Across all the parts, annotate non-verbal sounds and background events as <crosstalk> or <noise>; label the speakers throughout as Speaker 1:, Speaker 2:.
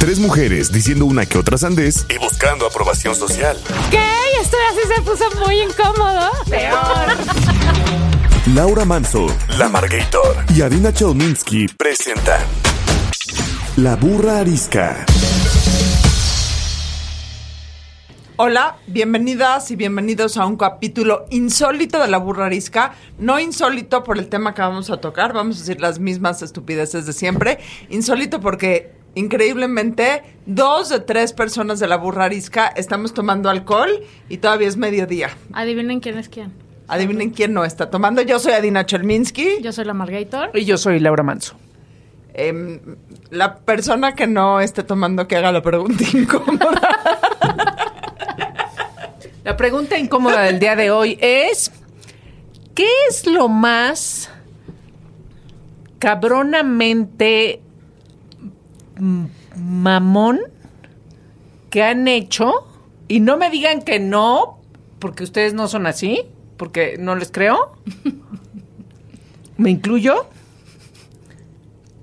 Speaker 1: Tres mujeres diciendo una que otra sandés y buscando aprobación social.
Speaker 2: ¿Qué? Esto así se puso muy incómodo.
Speaker 1: Laura Manso, La Margator y Adina Chalminsky presentan La Burra Arisca.
Speaker 3: Hola, bienvenidas y bienvenidos a un capítulo insólito de la burrarisca. No insólito por el tema que vamos a tocar, vamos a decir las mismas estupideces de siempre. Insólito porque increíblemente dos de tres personas de la burrarisca estamos tomando alcohol y todavía es mediodía.
Speaker 2: Adivinen quién es quién.
Speaker 3: Adivinen quién no está tomando. Yo soy Adina Chelminsky.
Speaker 2: Yo soy la Margator.
Speaker 4: Y yo soy Laura Manso.
Speaker 3: Em, la persona que no esté tomando que haga la pregunta <laughs> incómoda.
Speaker 4: La pregunta incómoda del día de hoy es: ¿qué es lo más cabronamente m- mamón que han hecho? Y no me digan que no, porque ustedes no son así, porque no les creo. <laughs> Me incluyo.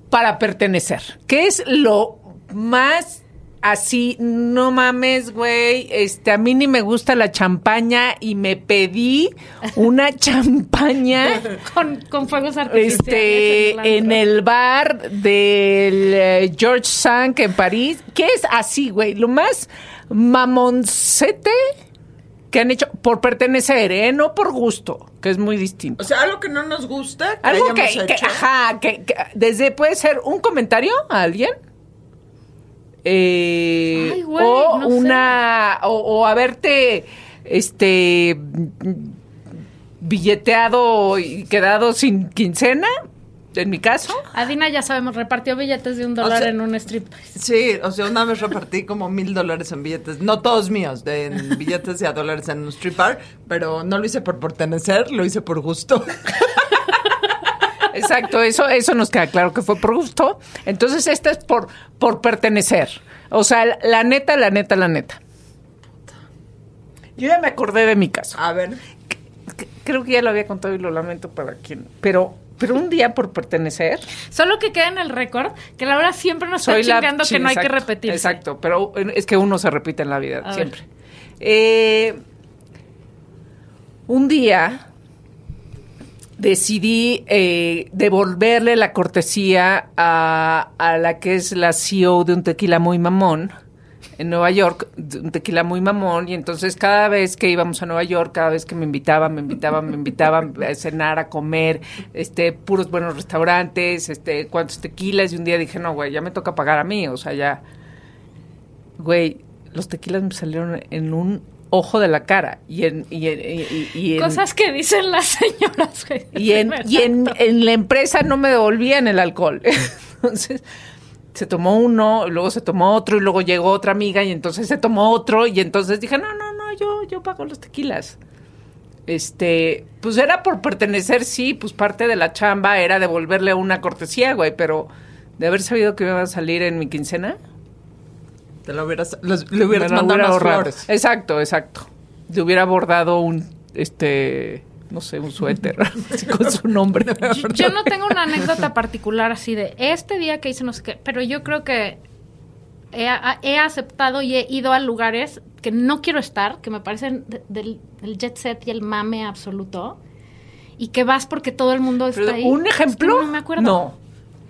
Speaker 4: Para pertenecer. ¿Qué es lo más así? No mames, güey. Este, a mí ni me gusta la champaña y me pedí una <laughs> champaña.
Speaker 2: Con, con fuegos artificiales.
Speaker 4: Este, en
Speaker 2: antro.
Speaker 4: el bar del eh, George Sank en París. ¿Qué es así, güey? Lo más mamoncete que han hecho por pertenecer, ¿eh? No por gusto, que es muy distinto.
Speaker 3: O sea, algo que no nos gusta. Que
Speaker 4: Algo que,
Speaker 3: hayamos
Speaker 4: que-
Speaker 3: hecho.
Speaker 4: ajá, que, que- desde puede ser un comentario a alguien. eh,
Speaker 2: Ay, güey,
Speaker 4: o
Speaker 2: no sé.
Speaker 4: una o, o haberte este mm, billeteado y quedado sin quincena en mi
Speaker 2: <laughs>
Speaker 4: caso
Speaker 2: Adina, ya sabemos, repartió billetes de un dólar
Speaker 3: sea-
Speaker 2: en un strip.
Speaker 3: Sí, o sea, una vez repartí como mil dólares en billetes, no todos míos,
Speaker 4: <laughs>
Speaker 3: de en billetes y a dólares en un strip bar, pero no lo hice por pertenecer, lo hice por
Speaker 4: <laughs>
Speaker 3: gusto.
Speaker 4: exacto eso eso nos queda claro que fue por gusto entonces esta es por por pertenecer o sea la- la neta la neta la neta yo ya me acordé de mi caso
Speaker 3: A ver,
Speaker 4: C- creo que ya lo había contado y lo lamento para quien. Pero, pero un día por pertenecer,
Speaker 2: Solo que queda en el récord que Laura siempre nos
Speaker 4: soy
Speaker 2: está
Speaker 4: la.
Speaker 2: chingando
Speaker 4: sí,
Speaker 2: que no hay que
Speaker 4: exacto,
Speaker 2: repetir.
Speaker 4: Exacto, pero eh, es que uno se repite en la vida
Speaker 2: A ver.
Speaker 4: siempre. Eh, un día decidí eh, devolverle la cortesía a, a la que es la CEO de un tequila muy mamón en Nueva York, de un tequila muy mamón, y entonces cada vez que íbamos a Nueva York, cada vez que me invitaban, me invitaban, me invitaban <laughs> a cenar, a comer, este, puros buenos restaurantes, este, cuántos tequilas, y un día dije, no, güey, ya me toca pagar a mí, o sea, ya, güey, los tequilas me salieron en un ojo de la cara, y en... Y en- y- y- y en-
Speaker 2: Cosas que dicen las <laughs> señoras. güey.
Speaker 4: y
Speaker 2: <laughs>
Speaker 4: en, y en, en la empresa no me devolvían el alcohol. <laughs> Entonces se tomó uno, y luego se tomó otro y luego llegó otra amiga y entonces se tomó otro y entonces dije, no, no, no, yo, yo pago los tequilas. Este, pues era por pertenecer, sí, pues parte de la chamba era devolverle una cortesía, güey, pero de haber sabido que me iba a salir en mi quincena,
Speaker 3: te lo hubieras, los- le hubieras
Speaker 4: me la
Speaker 3: mandado
Speaker 4: hubiera
Speaker 3: unas
Speaker 4: ahorrado. Eh.
Speaker 3: flores.
Speaker 4: Exacto, exacto. Le hubiera bordado un, este, no sé, un suéter <laughs> así con su nombre. <laughs>
Speaker 2: Yo- Yo no tengo una anécdota particular así de este día que hice no sé qué, pero yo creo que he, a- he aceptado y he ido a lugares que no quiero estar, que me parecen de- del, del jet set y el mame absoluto, y que vas porque todo el mundo está
Speaker 4: Pero,
Speaker 2: ahí.
Speaker 4: ¿Un
Speaker 2: Es que
Speaker 4: ejemplo?
Speaker 2: no me acuerdo.
Speaker 4: No.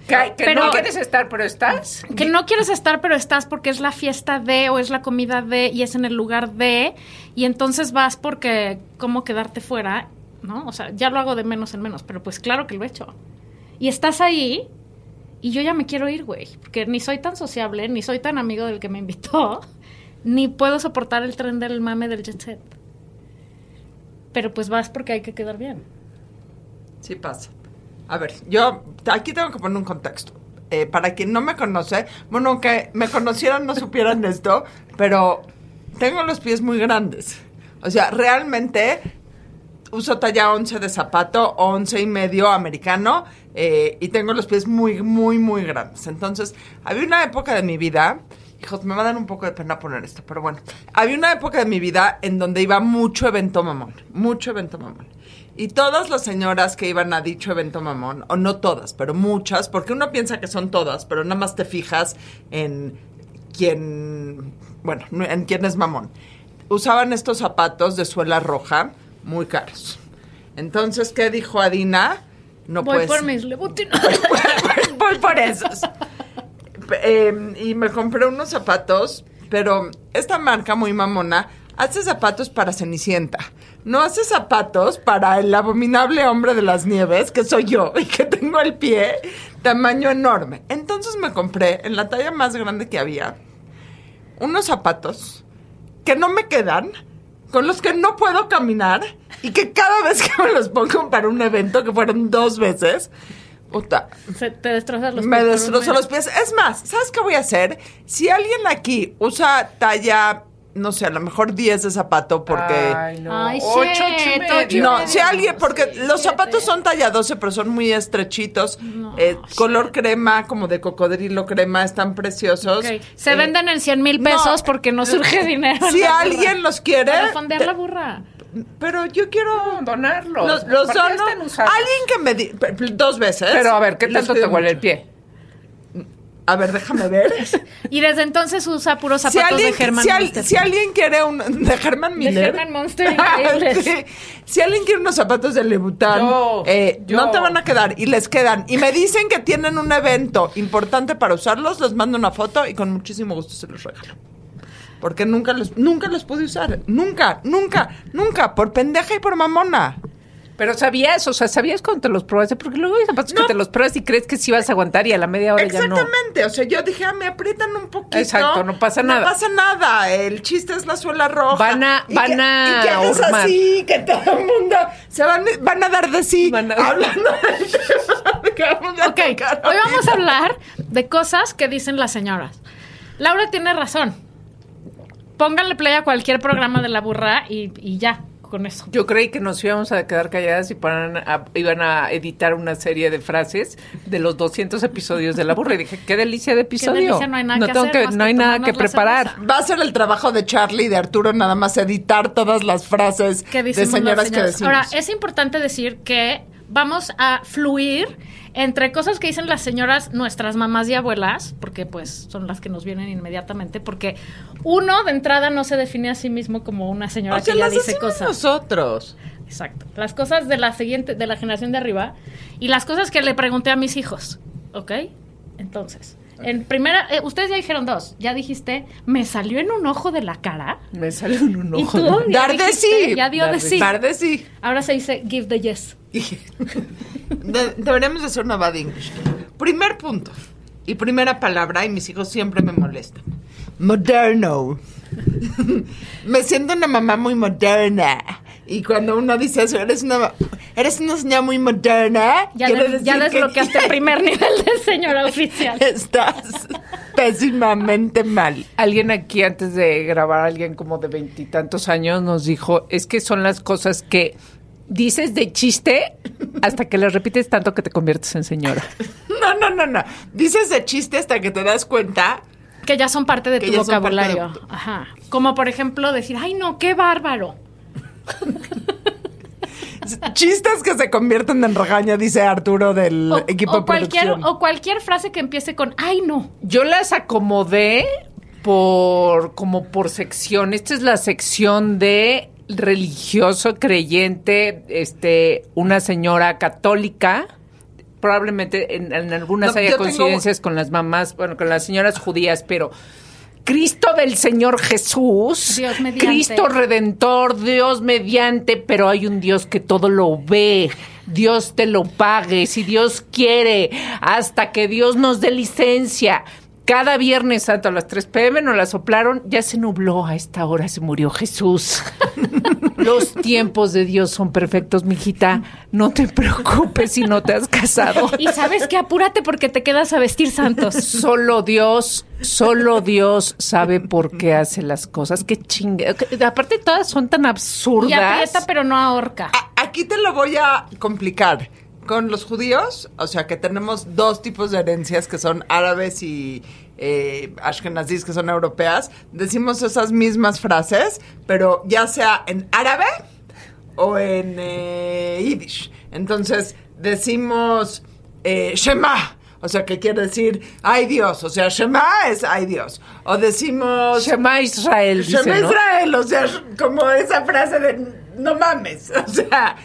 Speaker 4: Que, que
Speaker 2: Pero-
Speaker 4: no quieres estar, pero estás.
Speaker 2: Que no quieres estar, pero estás porque es la fiesta de, o es la comida de, y es en el lugar de, y entonces vas porque, ¿cómo quedarte fuera? ¿No? O sea, ya lo hago de menos en menos, pero pues claro que lo he hecho. Y estás ahí, y yo ya me quiero ir, güey, porque ni soy tan sociable, ni soy tan amigo del que me invitó, <laughs> ni puedo soportar el tren del mame del jet set. Pero pues vas porque hay que quedar bien.
Speaker 3: Sí pasa. A ver, yo aquí tengo que poner un contexto. eh, para quien no me conoce, bueno, aunque me conocieran no supieran esto, pero tengo los pies muy grandes. O sea, realmente uso talla 11 de zapato, 11 y medio americano, eh, y tengo los pies muy, muy, muy grandes. Entonces, había una época de mi vida, hijos, me va a dar un poco de pena poner esto, pero bueno, había una época de mi vida en donde iba mucho evento mamón, mucho evento mamón. Y todas las señoras que iban a dicho evento mamón, o no todas, pero muchas, porque uno piensa que son todas, pero nada más te fijas en quién, bueno, en quién es mamón. Usaban estos zapatos de suela roja, muy caros. Entonces, ¿qué dijo Adina? No pues
Speaker 2: Voy
Speaker 3: puedes.
Speaker 2: por mis Louboutin.
Speaker 3: Voy Pues por esos. Eh, y me compré unos zapatos, pero esta marca muy mamona hace zapatos para Cenicienta. No hace zapatos para el abominable hombre de las nieves, que soy yo, y que tengo el pie tamaño enorme. Entonces me compré, en la talla más grande que había, unos zapatos que no me quedan, con los que no puedo caminar y que cada vez que me los pongo para un evento, que fueron dos veces, puta,
Speaker 2: <laughs> Se- te destrozas los
Speaker 3: me
Speaker 2: pies por un
Speaker 3: destrozo
Speaker 2: mes.
Speaker 3: los pies. Es más, ¿sabes qué voy a hacer? Si alguien aquí usa talla, no sé, a lo mejor 10 de zapato porque...
Speaker 4: Ay, no.
Speaker 2: Ay,
Speaker 4: Ocho,
Speaker 2: siete,
Speaker 4: ocho y medio.
Speaker 2: ocho
Speaker 3: No, si alguien, porque
Speaker 2: Sí,
Speaker 3: los
Speaker 2: siete.
Speaker 3: zapatos son talla 12, pero son muy estrechitos.
Speaker 2: No,
Speaker 3: eh, color crema, como de cocodrilo crema, están preciosos.
Speaker 2: Ok. Se
Speaker 3: Eh,
Speaker 2: venden en 100 mil pesos porque no
Speaker 3: <laughs>
Speaker 2: surge dinero. en <laughs>
Speaker 3: Si
Speaker 2: la burra.
Speaker 3: alguien los quiere,
Speaker 2: Para fondear la burra.
Speaker 3: pero yo quiero...
Speaker 4: donarlos.
Speaker 3: Los, los
Speaker 4: Aparte ya
Speaker 3: dono.
Speaker 4: están usados.
Speaker 3: Alguien que me di- pe- pe- dos veces.
Speaker 4: Pero a ver, ¿qué
Speaker 3: Les
Speaker 4: tanto
Speaker 3: pido
Speaker 4: te huele el
Speaker 3: mucho.
Speaker 4: pie?
Speaker 3: A ver, déjame ver.
Speaker 2: Y desde entonces usa puros
Speaker 3: si
Speaker 2: zapatos
Speaker 3: alguien,
Speaker 2: de Germán
Speaker 3: si, al-
Speaker 2: Munster.
Speaker 3: si alguien quiere un de Germán Miller.
Speaker 2: Herman
Speaker 3: <laughs>
Speaker 2: Munster, increíbles.
Speaker 3: Sí. Si alguien quiere unos zapatos de Lebután,
Speaker 4: Yo,
Speaker 3: eh,
Speaker 4: yo.
Speaker 3: no te van a quedar y les quedan. Y me dicen que tienen un evento importante para usarlos, les mando una foto y con muchísimo gusto se los regalo. Porque nunca los, nunca los pude usar. Nunca, nunca, nunca. Por pendeja y por mamona.
Speaker 4: Pero sabías, o sea, sabías cuando te los probaste, porque luego hay zapatos
Speaker 3: No.
Speaker 4: que te los pruebas y crees que sí vas a aguantar y a la media hora ya no.
Speaker 3: Exactamente, o sea, yo dije, ah, me aprietan un poquito.
Speaker 4: Exacto, no pasa nada.
Speaker 3: No pasa nada, el chiste es la suela roja.
Speaker 4: Van a-
Speaker 3: Y
Speaker 4: van
Speaker 3: que-
Speaker 4: a
Speaker 3: Y que hagas
Speaker 4: hormar.
Speaker 3: así, que todo el mundo se van, van a dar de sí.
Speaker 4: Van a-
Speaker 3: Hablando <laughs> del tema que vamos a
Speaker 2: Ok,
Speaker 3: tocar
Speaker 2: hoy vamos
Speaker 3: ahorita.
Speaker 2: a hablar de cosas que dicen las señoras. Laura tiene razón. Pónganle play a cualquier programa de la burra y, y ya, con eso.
Speaker 4: Yo creí que nos íbamos a quedar calladas y paran a- iban a editar una serie de frases de los 200 episodios de La Burra. Y dije, qué delicia de episodio.
Speaker 2: delicia, no hay nada que
Speaker 4: tengo
Speaker 2: hacer más
Speaker 4: no hay
Speaker 2: que
Speaker 4: nada
Speaker 2: tomarnos
Speaker 4: que
Speaker 2: la
Speaker 4: preparar.
Speaker 2: cerveza.
Speaker 3: Va a ser el trabajo de Charlie y de Arturo nada más editar todas las frases
Speaker 2: que
Speaker 3: de
Speaker 2: decimos las
Speaker 3: señoras que
Speaker 2: señoras.
Speaker 3: decimos.
Speaker 2: Ahora, es importante decir que vamos a fluir entre cosas que dicen las señoras, nuestras mamás y abuelas, porque pues son las que nos vienen inmediatamente, porque uno de entrada no se define a sí mismo como una señora
Speaker 3: o sea,
Speaker 2: que ya
Speaker 3: las
Speaker 2: dice
Speaker 3: decimos
Speaker 2: cosas.
Speaker 3: nosotros.
Speaker 2: Exacto. Las cosas de la siguiente, de la generación de arriba, y las cosas que le pregunté a mis hijos. ¿Ok? Entonces, en primera, eh, ustedes ya dijeron dos. Ya dijiste, me salió en un ojo de la cara.
Speaker 4: Me sale un
Speaker 2: Y
Speaker 4: ojo.
Speaker 2: tú ya
Speaker 3: Dar de
Speaker 2: dijiste,
Speaker 3: sí.
Speaker 2: Ya dio
Speaker 4: Dar
Speaker 2: de
Speaker 4: de
Speaker 2: sí.
Speaker 3: Dar de sí.
Speaker 2: Ahora se dice give the yes.
Speaker 3: <laughs> De- deberíamos de hacer una bad English. Primer punto y primera palabra, y mis hijos siempre me molestan. Moderno. <laughs> me siento una mamá muy moderna. Y cuando uno dice eso, eres una, eres una señora muy moderna.
Speaker 2: Ya,
Speaker 3: quiere
Speaker 2: des- ya
Speaker 3: decir que
Speaker 2: desbloqueaste el primer <laughs> nivel de señora
Speaker 3: <laughs>
Speaker 2: oficial.
Speaker 3: Estás pésimamente mal.
Speaker 4: Alguien aquí antes de grabar, alguien como de veintitantos años nos dijo, es que son las cosas que dices de chiste hasta que las repites tanto que te conviertes en señora.
Speaker 3: No, no, no, no. Dices de chiste hasta que te das cuenta
Speaker 2: Que ya son parte de
Speaker 3: Que
Speaker 2: tu
Speaker 3: ya son parte
Speaker 2: vocabulario.
Speaker 3: de-
Speaker 2: Ajá. Como por ejemplo decir, ay no, qué bárbaro.
Speaker 3: chistes que se convierten en regaña, dice Arturo del
Speaker 2: O,
Speaker 3: equipo
Speaker 2: o cualquier,
Speaker 3: de producción.
Speaker 2: o cualquier frase que empiece con, ay no.
Speaker 4: Yo las acomodé por como por sección. Esta es la sección de religioso, creyente, este, una señora católica. Probablemente en, en algunas
Speaker 3: No,
Speaker 4: haya
Speaker 3: yo tengo-
Speaker 4: coincidencias con las mamás, bueno, con las señoras judías, pero Cristo del Señor Jesús,
Speaker 2: Dios mediante.
Speaker 4: Cristo Redentor, Dios mediante, pero hay un Dios que todo lo ve. Dios te lo pague, si Dios quiere, hasta que Dios nos dé licencia. Cada viernes santo a
Speaker 2: <laughs>
Speaker 4: las 3 pm nos la soplaron, ya se nubló a esta hora, se murió Jesús. Los tiempos de Dios son perfectos, mijita. No te preocupes si no te has casado.
Speaker 2: Y sabes que apúrate porque te quedas a vestir
Speaker 3: <laughs>
Speaker 2: santos.
Speaker 4: Solo Dios, solo Dios sabe por qué hace las cosas. Qué chingue. Aparte, todas son tan absurdas.
Speaker 2: Y aprieta, pero no ahorca.
Speaker 3: A- Aquí te lo voy a complicar. Con los judíos, o sea que tenemos dos tipos de herencias que son árabes y eh, ashkenazis, que son europeas, decimos esas mismas frases, pero ya sea en árabe o en eh, yiddish. Entonces decimos eh, Shema, o sea que quiere decir ay Dios, o sea Shema es ay Dios. O decimos
Speaker 4: Shema Israel.
Speaker 3: Shema
Speaker 4: dice, ¿no?
Speaker 3: Israel, o sea, como esa frase de no mames, <laughs> o sea,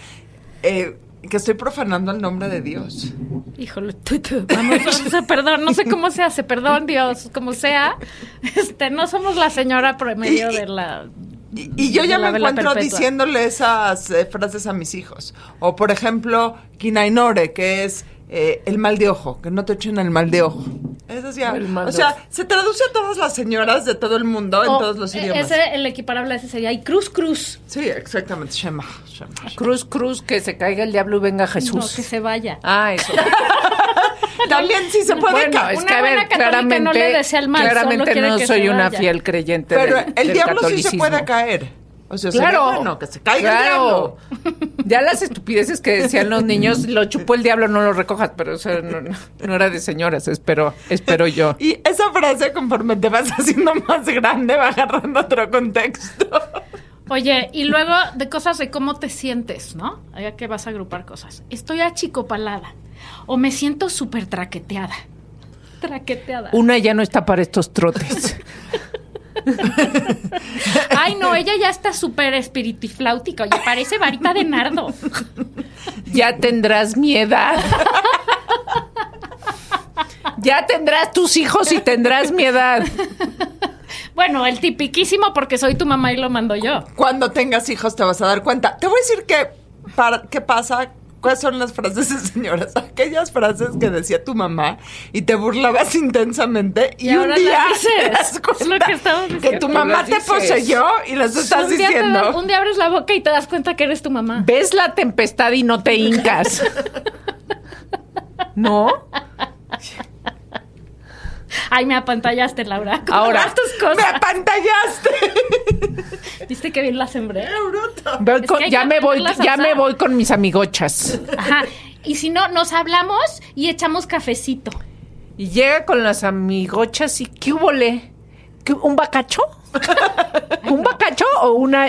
Speaker 3: eh, que estoy profanando el nombre de Dios.
Speaker 2: Híjole, tu, tu, vamos, vamos a- perdón, no sé cómo se hace, perdón Dios, como sea, este, no somos la señora promedio de la...
Speaker 3: Y, y yo
Speaker 2: de
Speaker 3: ya
Speaker 2: la
Speaker 3: me
Speaker 2: vela
Speaker 3: encuentro
Speaker 2: perpetua.
Speaker 3: diciéndole esas eh, frases a mis hijos. O por ejemplo, Kinainore, que es eh, el mal de ojo, que no te echen el mal de ojo. Eso es ya.
Speaker 4: El mal
Speaker 3: O
Speaker 4: de
Speaker 3: sea,
Speaker 4: ojo. Oh,
Speaker 3: se traduce a todas las señoras de todo el mundo en
Speaker 2: O,
Speaker 3: todos los
Speaker 4: e-,
Speaker 2: eh,
Speaker 3: idiomas.
Speaker 2: Ese, el equiparable a ese sería, y cruz, cruz.
Speaker 3: Sí, exactamente. Shema, Shema.
Speaker 4: <laughs> Cruz, cruz, que se caiga el diablo y venga Jesús.
Speaker 2: No, que se vaya.
Speaker 4: Ah,
Speaker 2: <laughs>
Speaker 4: eso.
Speaker 3: También sí se puede.
Speaker 4: bueno,
Speaker 3: ca-
Speaker 4: es
Speaker 2: Pues una
Speaker 4: que a ver,
Speaker 2: buena católica
Speaker 4: claramente,
Speaker 2: no le desea el mal, solo
Speaker 4: claramente
Speaker 2: quiere
Speaker 4: no
Speaker 2: que
Speaker 4: soy
Speaker 2: se
Speaker 4: una
Speaker 2: vaya.
Speaker 4: fiel creyente.
Speaker 3: Pero
Speaker 4: del-
Speaker 3: el
Speaker 4: del
Speaker 3: diablo sí se puede
Speaker 4: catolicismo.
Speaker 3: caer. O sea, sería
Speaker 4: Claro,
Speaker 3: bueno, que se caiga
Speaker 4: claro.
Speaker 3: el
Speaker 4: <laughs> Ya las estupideces que decían los niños, lo chupó el diablo, no lo recojas, pero eso no, no- no era de señoras, espero, espero yo.
Speaker 3: diablo. Y esa frase, conforme te vas <laughs> haciendo más grande, va agarrando otro contexto.
Speaker 2: Oye, y luego de cosas de cómo te sientes, ¿no? Ya que vas a agrupar cosas. Estoy achicopalada o me siento súper traqueteada. Traqueteada.
Speaker 3: <laughs>
Speaker 4: Una ya no está para estos <laughs> trotes.
Speaker 2: Ay, no, ella ya está súper espiritifláutica. Oye, parece varita de nardo.
Speaker 4: Ya tendrás mi edad. Ya tendrás tus hijos y tendrás mi edad.
Speaker 2: Bueno, el tipiquísimo porque soy tu mamá y lo mando yo.
Speaker 3: Cuando tengas hijos te vas a dar cuenta. Te voy a decir que, para, qué pasa, cuáles son las frases <laughs> de señoras. Aquellas frases que decía tu mamá y te burlabas intensamente y,
Speaker 2: Y
Speaker 3: un
Speaker 2: ahora
Speaker 3: día
Speaker 2: las dices.
Speaker 3: <laughs> te das cuenta
Speaker 2: Es lo que estamos diciendo.
Speaker 3: tu mamá
Speaker 4: Las
Speaker 3: te
Speaker 4: dices.
Speaker 3: poseyó y las estás
Speaker 2: un, día te
Speaker 3: diciendo. <laughs>
Speaker 2: das- un día abres la boca y te das cuenta que eres tu mamá.
Speaker 4: Ves la tempestad y no te hincas. ¿No?
Speaker 2: Ay, me apantallaste, Laura. ¿Cómo
Speaker 3: Ah.
Speaker 4: Ahora,
Speaker 2: vas tus
Speaker 3: ¡Me
Speaker 2: cosas?
Speaker 3: apantallaste!
Speaker 2: ¿Viste que bien la sembré?
Speaker 4: Voy
Speaker 2: Es
Speaker 4: con-
Speaker 2: que hay
Speaker 4: ya
Speaker 2: que
Speaker 4: me voy,
Speaker 2: aprenderlas a
Speaker 4: ya me
Speaker 2: usar.
Speaker 4: voy con mis amigochas.
Speaker 2: Ajá. Y si no, nos hablamos y echamos cafecito.
Speaker 4: Y llega con las amigochas y ¿qué hubole? ¿Qué- ¿Un <laughs> bacacho? ¿Un bacacho o una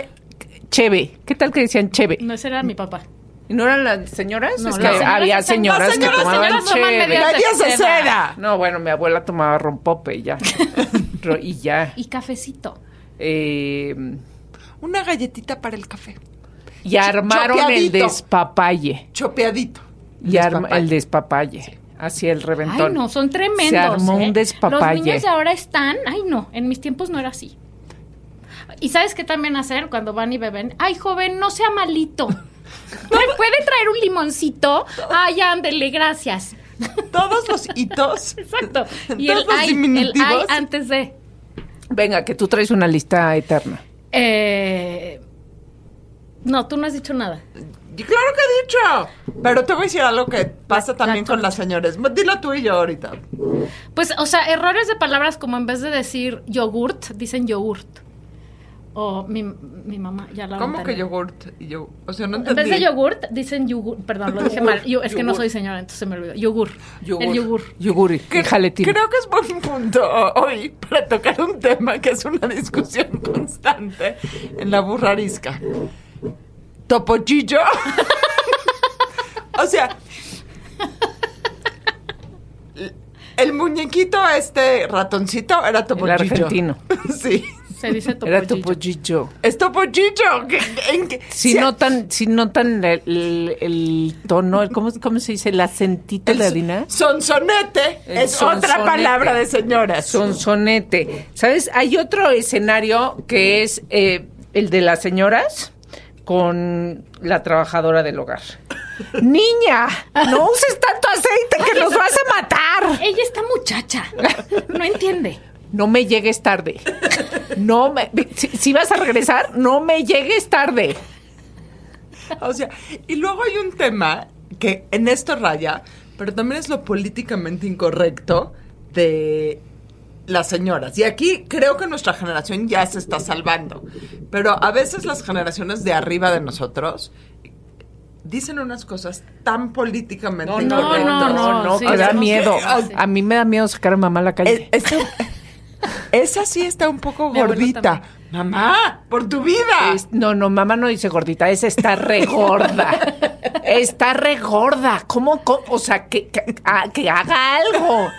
Speaker 4: cheve? ¿Qué tal que decían cheve?
Speaker 2: No, ese era mi papá.
Speaker 4: ¿Y ¿No eran las señoras?
Speaker 2: No,
Speaker 4: es que
Speaker 2: las señoras
Speaker 4: había
Speaker 2: están-
Speaker 4: señoras,
Speaker 3: las señoras-
Speaker 4: que tomaban
Speaker 2: señoras toman
Speaker 4: cheve.
Speaker 2: media-
Speaker 3: ¡Media cera!
Speaker 4: No, bueno, mi abuela tomaba rompope y
Speaker 2: <laughs>
Speaker 4: ya. Ro- y ya.
Speaker 2: Y cafecito.
Speaker 4: Eh,
Speaker 3: Una galletita para el café.
Speaker 4: y armaron el
Speaker 3: chopeadito.
Speaker 4: despapalle.
Speaker 3: Chopeadito.
Speaker 4: Y arma- el
Speaker 3: Despapalle.
Speaker 4: despapalle. Así el reventón.
Speaker 2: Ay, no, son tremendos.
Speaker 4: Se armó
Speaker 2: ¿eh?
Speaker 4: un despapalle.
Speaker 2: Los niños de ahora están. Ay, no, en mis tiempos no era así. ¿Y sabes qué también hacer cuando van y beben? Ay, joven, no sea
Speaker 3: <laughs>
Speaker 2: malito. ¿Me puede traer un limoncito? Ay, ándele, gracias.
Speaker 3: Todos
Speaker 2: <laughs>
Speaker 3: los hitos.
Speaker 2: Exacto. Y
Speaker 3: Todos
Speaker 2: el
Speaker 3: los
Speaker 2: ay, el
Speaker 3: diminutivos.
Speaker 2: ay antes de.
Speaker 4: Venga, que tú traes una lista eterna.
Speaker 2: Eh, no, tú no has dicho nada.
Speaker 3: Y Claro que he dicho. Pero te voy a decir algo que pasa también con las señores. Dilo tú y yo ahorita.
Speaker 2: Pues, o sea, errores de palabras como en vez de decir yogurt, dicen yogurt. O mi, mi mamá, ya la
Speaker 3: ¿Cómo que
Speaker 2: yo
Speaker 3: yogurt? Y yo, o sea, no
Speaker 2: En vez
Speaker 3: entendí.
Speaker 2: de yogurt, dicen yogur. Perdón, lo dije mal. Yo- es que no soy señora, entonces se me olvidó. Yogur. El yogur.
Speaker 4: Yoguri.
Speaker 3: Que-
Speaker 4: Híjale, Tim.
Speaker 3: Creo que es buen punto hoy para tocar un tema que es una discusión <laughs> constante en la burrarisca. Topochillo. <laughs> o sea, el muñequito este ratoncito era Topochillo.
Speaker 4: argentino.
Speaker 3: <laughs> Sí.
Speaker 2: Se dice
Speaker 3: <laughs>
Speaker 2: topollillo.
Speaker 4: Era tu pollillo.
Speaker 3: Es Topochillo. ¿Qué- en qué-
Speaker 4: Si
Speaker 3: si-
Speaker 4: notan, si notan el, el- el tono, el- ¿cómo, cómo se dice? El acentito
Speaker 3: el
Speaker 4: de Adina.
Speaker 3: Sonsonete
Speaker 4: El
Speaker 3: es otra
Speaker 4: sonsonete.
Speaker 3: palabra de señoras.
Speaker 4: Sonsonete. ¿Sabes? Hay otro escenario que es eh, el de las señoras con la trabajadora del hogar. Niña, no uses tanto aceite que nos vas a matar.
Speaker 2: Ella está muchacha. <laughs> No entiende.
Speaker 4: No me llegues tarde. No me, si, si vas a regresar, no me llegues tarde.
Speaker 3: <laughs> O sea, y luego hay un tema que en esto raya, pero también es lo políticamente incorrecto de las señoras. Y aquí creo que nuestra generación ya se está salvando. Pero a veces las generaciones de arriba de nosotros dicen unas cosas tan políticamente
Speaker 4: No, no,
Speaker 3: incorrectas.
Speaker 4: no, no, no,
Speaker 2: sí,
Speaker 4: que da
Speaker 2: sí,
Speaker 4: miedo.
Speaker 2: sí.
Speaker 4: A mí me da miedo sacar a mamá a la
Speaker 3: Es-
Speaker 4: calle.
Speaker 3: esa, <laughs> esa sí está un poco
Speaker 2: Mi abuelo
Speaker 3: gordita. Mamá, por tu vida. <laughs>
Speaker 4: Es- no, no, mamá no dice gordita, esa está regorda. está regorda. ¿Cómo, co- O sea, que, que- a- que haga algo.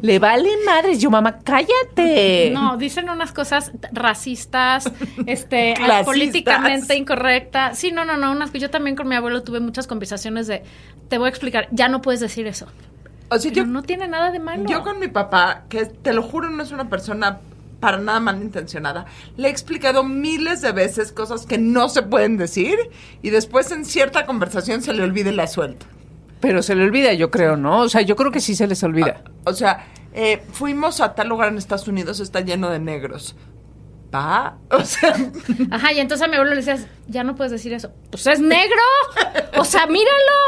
Speaker 4: Le vale madres. Yo, mamá,
Speaker 3: Eh.
Speaker 4: cállate.
Speaker 2: No, dicen unas cosas t- racistas, este, ay,
Speaker 3: <laughs> Clasistas.
Speaker 2: políticamente incorrectas. Sí, no, no, no. Unas, yo también con mi abuelo tuve muchas conversaciones de, te voy a explicar, ya no puedes decir eso.
Speaker 3: o sea,
Speaker 2: Pero
Speaker 3: yo,
Speaker 2: Ah, no tiene nada de malo.
Speaker 3: yo con mi papá, que te lo juro no es una persona para nada malintencionada, le he explicado miles de veces cosas que no se pueden decir y después en cierta conversación se le olvida y la suelta.
Speaker 4: Pero se le olvida, yo creo, ¿no? O sea, yo creo que sí se les olvida.
Speaker 3: O sea, eh, fuimos a tal lugar en Estados Unidos, está lleno de negros. ¿Va? O sea,
Speaker 2: Ajá, y entonces a mi abuelo le decías, ya no puedes decir eso. Pues es negro. O sea, míralo.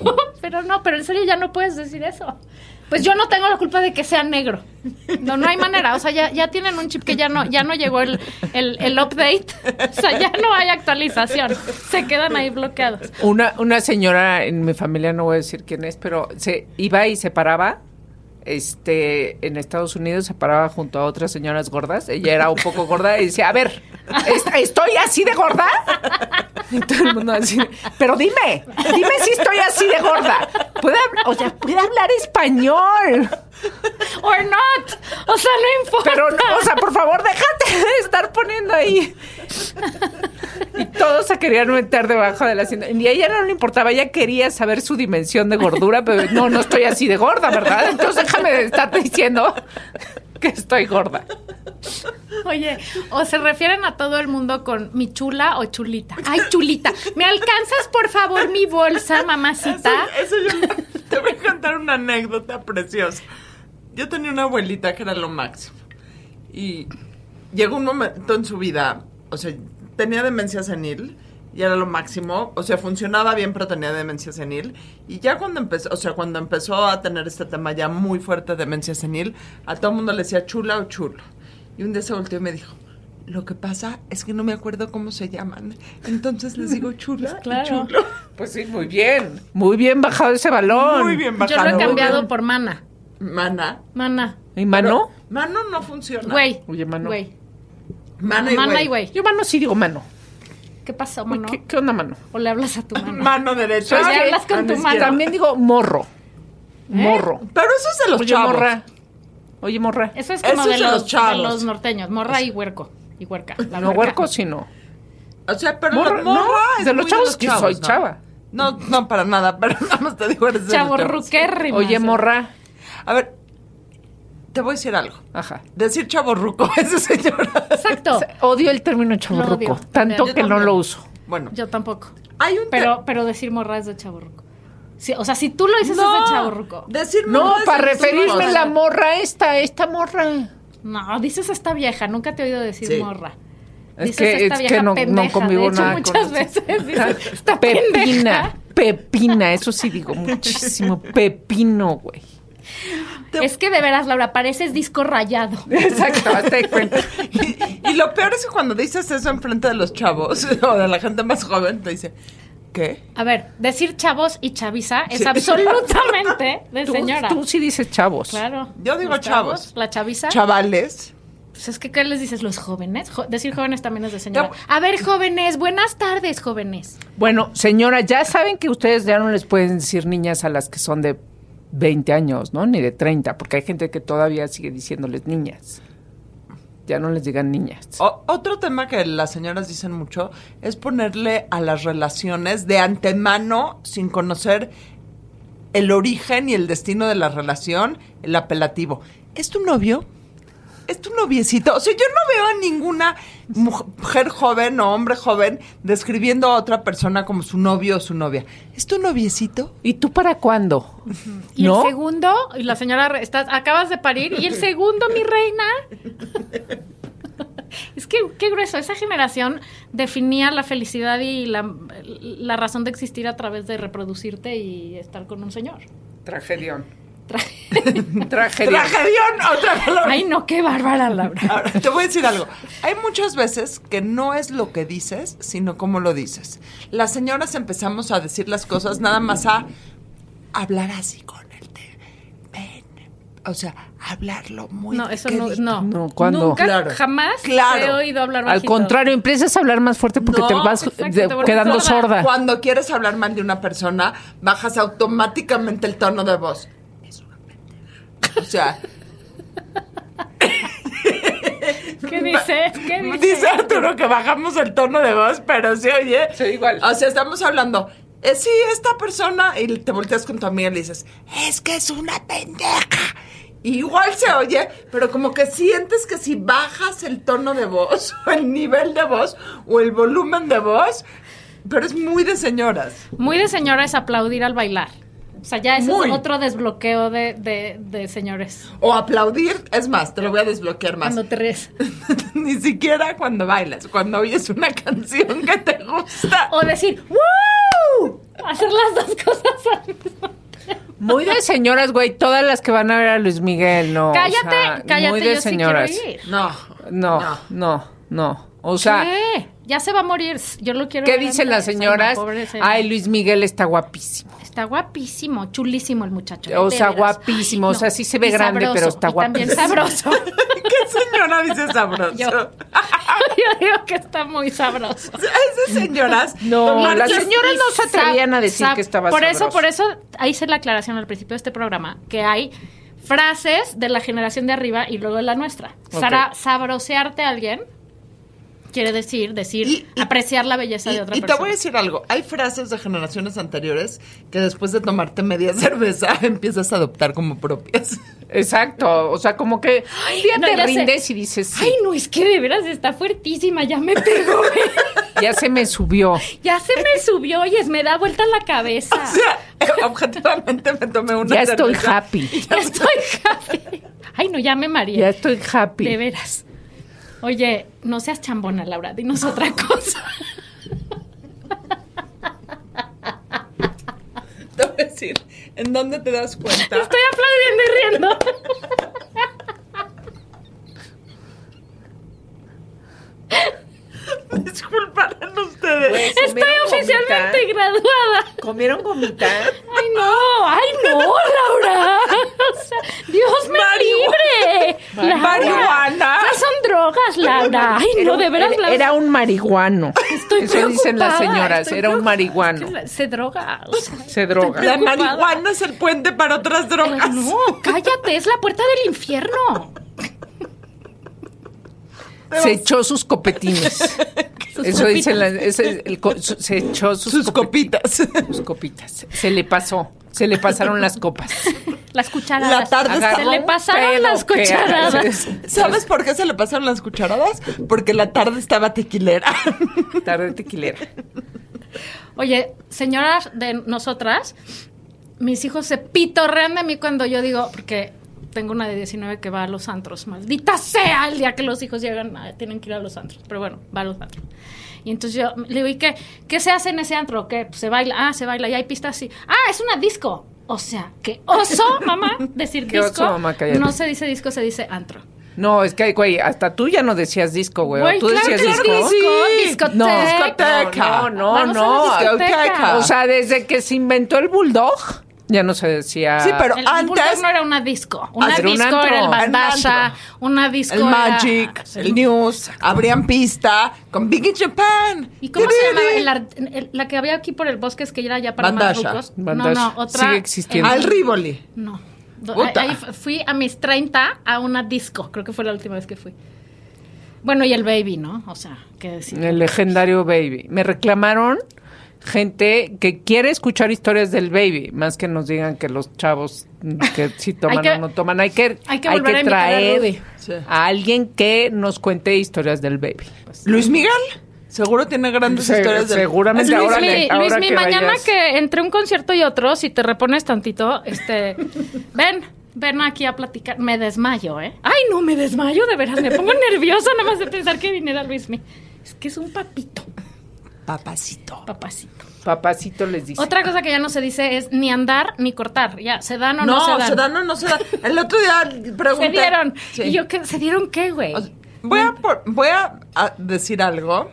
Speaker 2: <laughs> pero no, pero en serio ya no puedes decir eso. Pues yo no tengo la culpa de que sea negro. No, no hay manera. O sea, ya, ya tienen un chip que ya no, ya no llegó el, el, el update. O sea, ya no hay actualización. Se quedan ahí bloqueados.
Speaker 4: Una, una señora en mi familia, no voy a decir quién es, pero se iba y se paraba. Este, en Estados Unidos se paraba junto a otras señoras gordas. Ella era un poco gorda y decía, a ver, ¿est- ¿estoy así de gorda? Y todo el mundo así, pero dime, dime si estoy así de gorda. ¿Puede, hab- o sea, puede hablar español.
Speaker 2: Or not. O sea, no importa.
Speaker 4: Pero, no, o sea, por favor, déjate de estar poniendo ahí. Y todos se querían meter debajo de la cinta. Y a ella no le importaba, ella quería saber su dimensión de gordura, pero no, no estoy así de gorda, ¿verdad? Entonces déjame de estarte diciendo que estoy gorda.
Speaker 2: Oye, o se refieren a todo el mundo con mi chula o chulita. Ay, chulita. ¿Me alcanzas, por favor, mi bolsa, mamacita?
Speaker 3: Eso yo <laughs> te voy a contar una anécdota preciosa. Yo tenía una abuelita que era lo máximo. Y llegó un momento en su vida, o sea, tenía demencia senil y era lo máximo, o sea, funcionaba bien pero tenía demencia senil y ya cuando empezó, o sea, cuando empezó a tener este tema ya muy fuerte de demencia senil, a todo el mundo le decía chula o chulo. Y un día se volteó y me dijo, "Lo que pasa es que no me acuerdo cómo se llaman." Entonces les digo chula y
Speaker 2: claro.
Speaker 3: chulo.
Speaker 4: Pues sí, muy bien. Muy bien bajado ese balón.
Speaker 3: Muy bien
Speaker 2: Yo
Speaker 3: bajado.
Speaker 2: lo he
Speaker 3: Muy
Speaker 2: cambiado
Speaker 3: bien.
Speaker 2: por mana.
Speaker 3: Mana.
Speaker 2: Mana.
Speaker 4: ¿Y mano?
Speaker 3: Pero Mano no funciona.
Speaker 2: Güey.
Speaker 4: Oye, mano.
Speaker 2: Güey.
Speaker 3: Mana y
Speaker 2: Mana
Speaker 3: güey.
Speaker 2: y güey.
Speaker 4: Yo mano sí digo mano.
Speaker 2: ¿Qué pasó,
Speaker 4: Uy,
Speaker 2: mano?
Speaker 4: ¿Qué, qué onda mano?
Speaker 2: ¿O le hablas a tu mano?
Speaker 3: <laughs> Mano derecha.
Speaker 2: Pues
Speaker 4: ¿Sabes
Speaker 2: ya
Speaker 4: qué?
Speaker 2: hablas con tu ¿Eh?
Speaker 4: También-
Speaker 2: mano.
Speaker 4: También digo morro. Morro.
Speaker 3: Pero eso es de los
Speaker 4: Oye,
Speaker 3: chavos.
Speaker 4: morra. Oye, morra.
Speaker 2: Eso es como
Speaker 3: Eso
Speaker 2: de,
Speaker 3: es de los
Speaker 2: los,
Speaker 3: chavos.
Speaker 2: de los norteños. Morra y huerco. Y huerca. La
Speaker 4: No
Speaker 2: huerca.
Speaker 4: huerco, sino.
Speaker 3: O sea, pero
Speaker 4: Morra,
Speaker 3: la morra
Speaker 4: no,
Speaker 3: es
Speaker 4: de los
Speaker 3: muy
Speaker 4: chavos que soy
Speaker 3: ¿no?
Speaker 4: chava.
Speaker 3: No, no, para nada, pero <laughs> nada más te digo eres de los chavos.
Speaker 2: Chavorruquérrima.
Speaker 4: Oye, morra.
Speaker 3: A ver, te voy a decir algo.
Speaker 4: Ajá.
Speaker 3: Decir chaborruco a esa señora.
Speaker 4: <laughs>
Speaker 2: Exacto.
Speaker 4: Odio el término
Speaker 2: Lo odio.
Speaker 4: chaburruco, tanto
Speaker 2: Yo
Speaker 4: que no
Speaker 3: también.
Speaker 4: lo uso.
Speaker 3: Bueno,
Speaker 2: Yo tampoco.
Speaker 3: hay un te-
Speaker 2: Pero, pero decir morra es de chaborruco. Sí, o sea, si tú lo dices es de chaborruco.
Speaker 3: Decir
Speaker 4: No,
Speaker 3: morra es
Speaker 4: para
Speaker 3: el-
Speaker 4: referirme a la
Speaker 2: no.
Speaker 4: morra esta, esta morra.
Speaker 2: No, dices esta vieja. Nunca te he oído decir
Speaker 3: Sí.
Speaker 2: morra.
Speaker 4: Es
Speaker 2: Dices
Speaker 4: que-
Speaker 2: esta
Speaker 4: es
Speaker 2: vieja
Speaker 4: que no- no
Speaker 2: pendeja.
Speaker 4: convivo
Speaker 2: de hecho,
Speaker 4: nada con
Speaker 2: muchas
Speaker 4: eso. <laughs>
Speaker 2: veces dices, esta pendeja.
Speaker 4: Pepina, pepina, eso sí digo muchísimo. Pepino, güey.
Speaker 3: Te-
Speaker 2: Es que de veras, Laura, pareces disco rayado.
Speaker 4: <laughs> Exacto, hasta de <laughs> cuenta.
Speaker 3: Y, y lo peor es que cuando dices eso enfrente de los chavos <laughs> o de la gente más joven, te dice, ¿qué?
Speaker 2: A ver, decir chavos y chaviza es
Speaker 3: <laughs>
Speaker 2: absolutamente de
Speaker 4: Tú,
Speaker 2: señora.
Speaker 4: tú sí dices chavos.
Speaker 2: claro.
Speaker 3: Yo digo
Speaker 2: Los
Speaker 3: chavos.
Speaker 2: La chaviza.
Speaker 3: Chavales.
Speaker 2: pues es que, ¿qué les dices? Los jóvenes. Jo- decir jóvenes también es de señora.
Speaker 3: Ya-
Speaker 2: A ver, jóvenes, buenas tardes, jóvenes.
Speaker 4: Bueno, señora, ya saben que ustedes ya no les pueden decir niñas a las que son de 20 años, ¿no? Ni de 30, porque hay gente que todavía sigue diciéndoles niñas. Ya no les digan niñas.
Speaker 3: O- otro tema que las señoras dicen mucho es ponerle a las relaciones de antemano, sin conocer el origen y el destino de la relación, el apelativo. ¿Es tu novio? ¿Es tu noviecito? O sea, yo no veo a ninguna mujer joven o hombre joven describiendo a otra persona como su novio o su novia. ¿Es tu noviecito?
Speaker 4: ¿Y tú para cuándo? <laughs>
Speaker 2: Y
Speaker 4: ¿No?
Speaker 2: el segundo, y la señora, re- estás, acabas de parir, y el segundo, mi reina. <laughs> Es que qué grueso. Esa generación definía la felicidad y la, la razón de existir a través de reproducirte y estar con un señor.
Speaker 4: Tragedión.
Speaker 2: Tra- <laughs>
Speaker 4: Tragedión.
Speaker 3: Tragedión, otra palabra.
Speaker 2: Ay, no, qué bárbara, Laura.
Speaker 3: Ahora, te voy a decir algo. Hay muchas veces que no es lo que dices, sino cómo lo dices. Las señoras empezamos a decir las cosas nada más a hablar así con el te. Ven. O sea, hablarlo muy
Speaker 2: No, eso no.
Speaker 3: quedito.
Speaker 2: No,
Speaker 4: No, ¿cuándo?
Speaker 2: Nunca,
Speaker 3: Claro.
Speaker 2: jamás
Speaker 3: Claro.
Speaker 2: te he oído hablar
Speaker 4: Al
Speaker 2: bajito.
Speaker 4: contrario, empiezas a hablar más fuerte porque
Speaker 3: No,
Speaker 4: te vas
Speaker 2: exacto,
Speaker 4: de-
Speaker 2: te vuelves
Speaker 4: quedando
Speaker 2: sorda.
Speaker 4: sorda.
Speaker 3: Cuando quieres hablar mal de una persona, bajas automáticamente el tono de voz. Es una pendeja. O sea,
Speaker 2: ¿Qué dices? ¿Qué
Speaker 3: <laughs>
Speaker 2: dices?
Speaker 3: dice Arturo que bajamos el tono de voz, pero sí, oye.
Speaker 4: Sí, igual.
Speaker 3: O sea, estamos hablando. eh, sí, esta persona, y te volteas con tu amiga y le dices, es que es una pendeja. Y Igual se oye, pero como que sientes que si bajas el tono de voz, <laughs> o el nivel de voz, o el volumen de voz, pero es muy de señoras.
Speaker 2: Muy de señora es aplaudir al bailar. O sea, ya ese
Speaker 3: Muy.
Speaker 2: es otro desbloqueo de, de, de señores.
Speaker 3: O aplaudir, es más, te lo voy a desbloquear más.
Speaker 2: Cuando te ríes.
Speaker 3: <laughs> Ni siquiera cuando bailas, cuando oyes una canción que te gusta.
Speaker 2: O decir, <laughs> ¡Woo! Hacer las dos cosas al mismo tiempo.
Speaker 4: Muy de señoras, güey. Todas las que van a ver a Luis Miguel, no. o sea,
Speaker 2: cállate, cállate,
Speaker 4: Muy de
Speaker 2: yo
Speaker 4: señoras.
Speaker 2: sí quiero ir.
Speaker 3: No,
Speaker 4: No, no, no. O sea,
Speaker 2: ¿Qué? Ya se va a morir. Yo lo quiero
Speaker 4: ¿qué
Speaker 2: ver
Speaker 4: dicen
Speaker 2: en
Speaker 4: las
Speaker 2: persona,
Speaker 4: señoras?
Speaker 2: pobre señor.
Speaker 4: Ay, Luis Miguel está guapísimo.
Speaker 2: Está guapísimo, chulísimo el muchacho.
Speaker 4: O
Speaker 2: de
Speaker 4: sea,
Speaker 2: veras.
Speaker 4: guapísimo, o sea, sí se ve
Speaker 2: Y
Speaker 4: grande, pero
Speaker 2: sabroso,
Speaker 4: está
Speaker 2: y También
Speaker 4: guapísimo.
Speaker 2: sabroso.
Speaker 3: <laughs>
Speaker 4: <laughs>
Speaker 2: <laughs>
Speaker 3: ¿Qué señora dice sabroso?
Speaker 2: Yo. Yo digo que está muy sabroso.
Speaker 3: <laughs> Esas señoras.
Speaker 4: No,
Speaker 3: Marcas-
Speaker 4: las señoras no se atrevían a decir
Speaker 2: Sab-
Speaker 4: que estaba
Speaker 2: Por eso,
Speaker 4: sabroso.
Speaker 2: por eso hice la aclaración al principio de este programa, que hay frases de la generación de arriba y luego de la nuestra.
Speaker 4: Ok.
Speaker 2: Sara, sabrosearte a alguien quiere decir, decir,
Speaker 3: Y- y-
Speaker 2: apreciar la belleza
Speaker 3: Y,
Speaker 2: de otra
Speaker 3: y te
Speaker 2: persona.
Speaker 3: voy a decir algo. Hay frases de generaciones anteriores que después de tomarte media <laughs> cerveza empiezas a adoptar como propias. <laughs>
Speaker 4: Exacto. O sea, como que un día
Speaker 2: no,
Speaker 4: te
Speaker 2: ya sé.
Speaker 4: rindes y dices, sí,
Speaker 2: Ay, no, es que de veras está fuertísima, ya me
Speaker 4: <laughs>
Speaker 2: pegó. güey.
Speaker 4: ya se me
Speaker 2: <laughs>
Speaker 4: subió.
Speaker 2: ya se me subió y es, me da vuelta la
Speaker 4: <laughs>
Speaker 2: cabeza.
Speaker 3: O sea, <laughs> objetivamente me tomé una
Speaker 4: Ya estoy
Speaker 3: cerveza.
Speaker 4: happy.
Speaker 2: ya estoy happy. Ay, no, ya me mareé.
Speaker 4: Ya estoy happy.
Speaker 2: De veras. Oye, no seas chambona, Laura, dinos otra cosa.
Speaker 3: Te voy a decir, ¿en dónde te das
Speaker 2: <laughs>
Speaker 3: cuenta?
Speaker 2: Estoy aplaudiendo y riendo.
Speaker 3: Disculparán ustedes.
Speaker 2: Estoy oficialmente graduada.
Speaker 4: Pues, ¿Comieron gomita?
Speaker 2: Ay, no, ay, no, Laura. O sea, Dios me libre. Laura,
Speaker 3: Marihuana.
Speaker 2: Esas son drogas, Laura. Ay, no, de veras,
Speaker 4: Era,
Speaker 2: Laura.
Speaker 4: era un marihuano.
Speaker 2: Estoy
Speaker 4: Eso dicen las
Speaker 2: preocupada,
Speaker 4: señoras.
Speaker 2: estoy
Speaker 4: Era un
Speaker 2: preocupada.
Speaker 4: marihuano.
Speaker 2: Es que la- Se droga. o sea,
Speaker 4: Se droga.
Speaker 3: La
Speaker 2: preocupada.
Speaker 3: marihuana es el puente para otras drogas.
Speaker 2: no, cállate, es la puerta del infierno.
Speaker 4: Se echó sus copetines.
Speaker 2: <laughs> Sus
Speaker 4: Eso
Speaker 2: copitas.
Speaker 4: dicen las. ese- el co- su- se echó sus,
Speaker 3: Sus
Speaker 4: copetines.
Speaker 3: copitas.
Speaker 4: Sus copitas. Se le pasó. Se le pasaron las copas.
Speaker 2: Las cucharadas.
Speaker 3: La tarde
Speaker 4: Agarró
Speaker 2: Se le
Speaker 4: un
Speaker 2: pasaron
Speaker 4: pedo
Speaker 2: las
Speaker 4: que-
Speaker 2: cucharadas.
Speaker 3: ¿Sabes por qué se le pasaron las cucharadas? Porque la tarde estaba
Speaker 2: <laughs>
Speaker 3: tequilera.
Speaker 4: Tarde tequilera.
Speaker 2: Oye, señoras de nosotras, mis hijos se pitorrean de mí cuando yo digo, porque tengo una de 19 que va a los antros, maldita sea el día que los hijos llegan, ah, tienen que ir a los antros, pero bueno, va a los antros. Y entonces yo le digo, ¿y qué, qué se hace en ese antro? ¿Qué? Pues se baila, ah, se baila, y hay pistas así. Ah, es una disco. O sea, qué oso, mamá, decir
Speaker 4: Qué
Speaker 2: disco.
Speaker 4: oso, mamá, cállate.
Speaker 2: no se dice disco, se dice antro.
Speaker 4: No, es que, güey, hasta tú ya no decías disco, güey. ¿o
Speaker 2: Güey,
Speaker 4: ¿Tú
Speaker 2: claro
Speaker 4: decías
Speaker 2: que
Speaker 4: disco?
Speaker 2: sí.
Speaker 4: No. No, no,
Speaker 2: Vamos
Speaker 4: no.
Speaker 2: a la discoteca.
Speaker 3: Ah.
Speaker 4: O sea, desde que se inventó el bulldog, ya no se decía.
Speaker 3: Sí, pero
Speaker 2: El
Speaker 3: antes.
Speaker 2: antes no era una disco. Una
Speaker 4: era un
Speaker 2: disco
Speaker 4: antro.
Speaker 2: era el
Speaker 3: Era un
Speaker 2: Bandasha,
Speaker 3: antro.
Speaker 2: una disco
Speaker 3: El
Speaker 2: era- Ah,
Speaker 3: Magic,
Speaker 2: Sí.
Speaker 3: el News, abrían pista con Big in Japan.
Speaker 2: ¿Y cómo se llamaba? El
Speaker 3: Tiriri.
Speaker 2: ar- el- la que había aquí por el bosque es que era ya para
Speaker 3: Bandasha.
Speaker 2: más rucos.
Speaker 4: Bandasha.
Speaker 2: No, no, otra.
Speaker 4: Sigue existiendo.
Speaker 2: eh,
Speaker 3: Al Rivoli.
Speaker 2: no. Do-
Speaker 3: Puta.
Speaker 2: Ahí f- fui a mis 30 a una disco. Creo que fue la última vez que fui. Bueno, y el baby, ¿no? O sea, qué decir.
Speaker 4: El legendario Baby. Me reclamaron gente que quiere escuchar historias del Baby, más que nos digan que los chavos mm, que si toman
Speaker 2: Hay que-
Speaker 4: o no toman. Hay que,
Speaker 2: hay que volver a invitar a
Speaker 4: traer
Speaker 2: Rudy.
Speaker 3: Sí.
Speaker 4: a alguien que nos cuente historias del Baby. Pues,
Speaker 3: Luis Miguel. Seguro tiene grandes
Speaker 4: Se-
Speaker 3: historias de.
Speaker 4: seguramente
Speaker 3: Es Luis
Speaker 4: ahora
Speaker 2: Luis,
Speaker 4: le-
Speaker 2: mi,
Speaker 4: ahora
Speaker 2: Luis, mi,
Speaker 4: que
Speaker 2: mañana
Speaker 4: vayas- <laughs>
Speaker 2: que entre un concierto y otro, si te repones tantito, este, ven, ven aquí a platicar. Me desmayo, ¿eh? Ay, no, me desmayo, de veras.
Speaker 4: <laughs>
Speaker 2: Me pongo nerviosa nada más de pensar que viniera Luismi. Es que es un papito,
Speaker 3: Papacito.
Speaker 2: papacito.
Speaker 4: Papacito les dice.
Speaker 2: Otra cosa que ya no se dice es ni andar ni cortar. Ya, se dan o
Speaker 3: No,
Speaker 2: no, se dan.
Speaker 3: se dan o no se dan. El otro día pregunté.
Speaker 2: Se dieron.
Speaker 3: Sí.
Speaker 2: ¿Y yo qué? ¿Se dieron qué, güey?
Speaker 3: O sea, voy a, por- voy a, a decir algo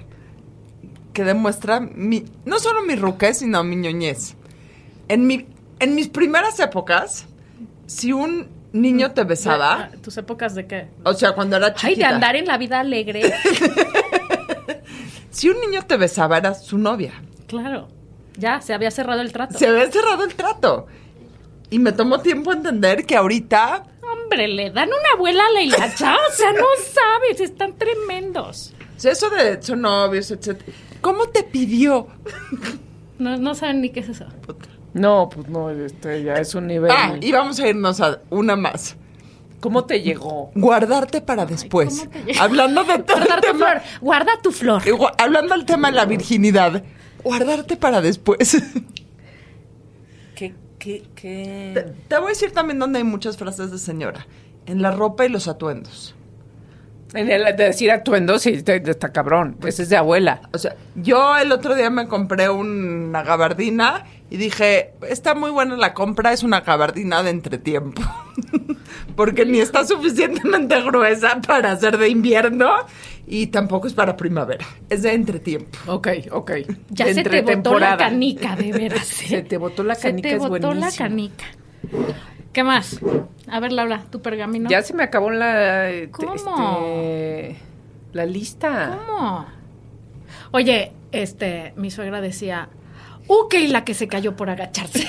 Speaker 3: que demuestra mi, no solo mi ruquez, sino mi ñoñez. En, mi, en mis primeras épocas, si un niño te besaba,
Speaker 2: Ah, ¿Tus épocas de qué?
Speaker 3: o sea, cuando era chiquita,
Speaker 2: Ay, de andar en la vida alegre.
Speaker 3: si un niño te besaba era su novia.
Speaker 2: claro. Ya, se había cerrado el trato.
Speaker 3: Se había cerrado el trato. Y me tomó tiempo entender que ahorita
Speaker 2: Hombre, le dan una abuela a la hilacha. O sea, no sabes, están tremendos.
Speaker 3: o sea, eso de son novios, etc. ¿Cómo te pidió?
Speaker 2: No, no saben ni qué es eso.
Speaker 4: No, pues no, este ya es un nivel.
Speaker 3: Ah, y vamos a irnos a una más.
Speaker 4: ¿Cómo te llegó?
Speaker 3: Guardarte para después.
Speaker 2: ¿cómo te llega? <laughs>
Speaker 3: hablando de todo el
Speaker 2: Guarda tu
Speaker 3: <laughs> tema-
Speaker 2: flor. Guarda tu flor.
Speaker 3: eh, gua- hablando del tema de la virginidad. Guardarte para después.
Speaker 4: ¿Qué, qué,
Speaker 3: <laughs> te,
Speaker 4: qué?
Speaker 3: te voy a decir también donde hay muchas frases de señora. En la ropa y los atuendos.
Speaker 4: En el de decir atuendo, sí, te- te- está cabrón. Ese es de abuela.
Speaker 3: O sea, yo el otro día me compré una gabardina y dije, está muy buena la compra, es una gabardina de entretiempo. <laughs> Porque ni está suficientemente gruesa para ser de invierno y tampoco es para primavera. Es de entretiempo.
Speaker 4: Ok, ok.
Speaker 2: Ya
Speaker 4: De
Speaker 2: se te botó la
Speaker 4: entretemporada.
Speaker 2: canica, de veras. ¿eh?
Speaker 4: Se te botó la canica,
Speaker 2: Se te
Speaker 4: es
Speaker 2: botó la
Speaker 4: buenísimo.
Speaker 2: canica. ¿Qué más? A ver, Laura, tu pergamino.
Speaker 4: Ya se me acabó la. eh,
Speaker 2: ¿Cómo?
Speaker 4: este, la lista.
Speaker 2: ¿Cómo? Oye, este, mi suegra decía, ¡Uh, que la que se cayó por agacharse!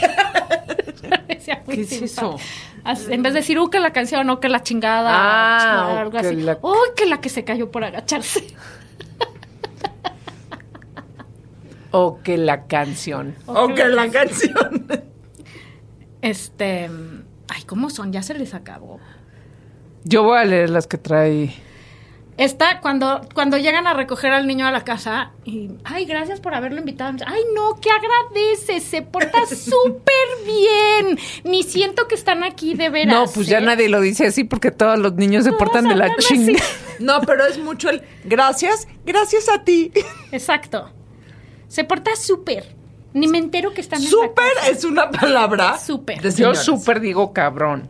Speaker 2: <laughs> Decía muy
Speaker 4: ¿Qué es
Speaker 2: simpática.
Speaker 4: eso?
Speaker 2: Así, En vez de decir, ¡Uh, que la canción! ¡O que la chingada!
Speaker 4: Ah,
Speaker 2: chingada",
Speaker 4: o
Speaker 2: algo
Speaker 4: que
Speaker 2: así.
Speaker 4: la-
Speaker 2: ¡Uh, que la que se cayó por agacharse!
Speaker 4: O que la canción.
Speaker 3: Aunque la canción.
Speaker 2: Este, ay, ¿cómo son? Ya se les acabó.
Speaker 4: Yo voy a leer las que trae.
Speaker 2: Está cuando, cuando llegan a recoger al niño a la casa y, ay, gracias por haberlo invitado. Ay, no, que agradeces,
Speaker 4: <laughs>
Speaker 2: se porta súper bien. Ni siento que están aquí de veras.
Speaker 4: No, pues ya
Speaker 2: ¿eh?
Speaker 4: nadie lo dice así porque todos los niños se
Speaker 2: Todos
Speaker 4: portan de la
Speaker 2: hablan así.
Speaker 4: chinga. <laughs>
Speaker 3: No, pero es mucho el gracias, gracias a ti.
Speaker 2: Exacto. Se porta súper. Ni me entero que están en la
Speaker 3: Súper
Speaker 2: casa.
Speaker 3: es una palabra.
Speaker 2: Súper.
Speaker 3: de
Speaker 4: Yo
Speaker 3: señoras.
Speaker 4: súper digo cabrón.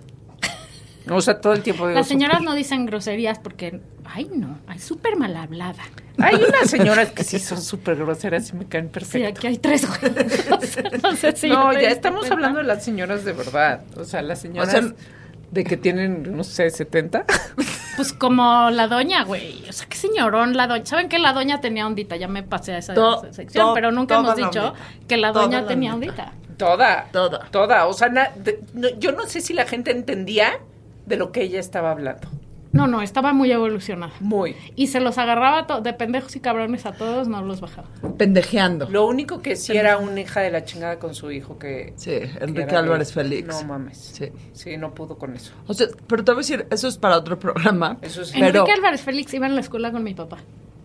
Speaker 4: O sea, todo el tiempo digo
Speaker 2: Las señoras
Speaker 4: súper.
Speaker 2: no dicen groserías porque, ay, no, es súper mal hablada.
Speaker 4: Hay unas señoras que sí son súper groseras y me caen
Speaker 2: Sí,
Speaker 4: perfecto.
Speaker 2: aquí hay tres. güey. <laughs> O sea, no sé si
Speaker 4: no,
Speaker 2: te
Speaker 4: ya
Speaker 2: diste
Speaker 4: estamos
Speaker 2: cuenta.
Speaker 4: hablando de las señoras de verdad. O sea, las señoras
Speaker 3: O sea,
Speaker 4: de que tienen, no sé, 70.
Speaker 2: Pues como la doña, güey. O sea, qué señorón la doña. ¿Saben que la doña tenía ondita? Ya me pasé a esa
Speaker 3: To-
Speaker 2: sección,
Speaker 3: to-
Speaker 2: pero nunca
Speaker 3: toda
Speaker 2: hemos
Speaker 3: la
Speaker 2: dicho
Speaker 3: ondita.
Speaker 2: que la
Speaker 3: Toda
Speaker 2: doña
Speaker 3: la
Speaker 2: tenía
Speaker 3: ondita.
Speaker 2: ondita.
Speaker 4: Toda.
Speaker 3: Toda.
Speaker 4: Toda. O sea, na- de- no, yo no sé si la gente entendía de lo que ella estaba hablando.
Speaker 2: No, no, estaba muy evolucionada.
Speaker 4: Muy.
Speaker 2: Y se los agarraba to- de pendejos y cabrones a todos, no los bajaba.
Speaker 3: Pendejeando.
Speaker 4: Lo único que sí era una hija de la chingada con su hijo que.
Speaker 3: Sí, Enrique
Speaker 4: que era
Speaker 3: Álvarez
Speaker 4: gay.
Speaker 3: Félix.
Speaker 4: No mames.
Speaker 3: Sí.
Speaker 4: Sí. no pudo con eso.
Speaker 3: O sea, pero te voy a decir, eso es para otro programa.
Speaker 4: Eso sí.
Speaker 3: Pero
Speaker 2: Enrique Álvarez Félix iba en la escuela con mi papá.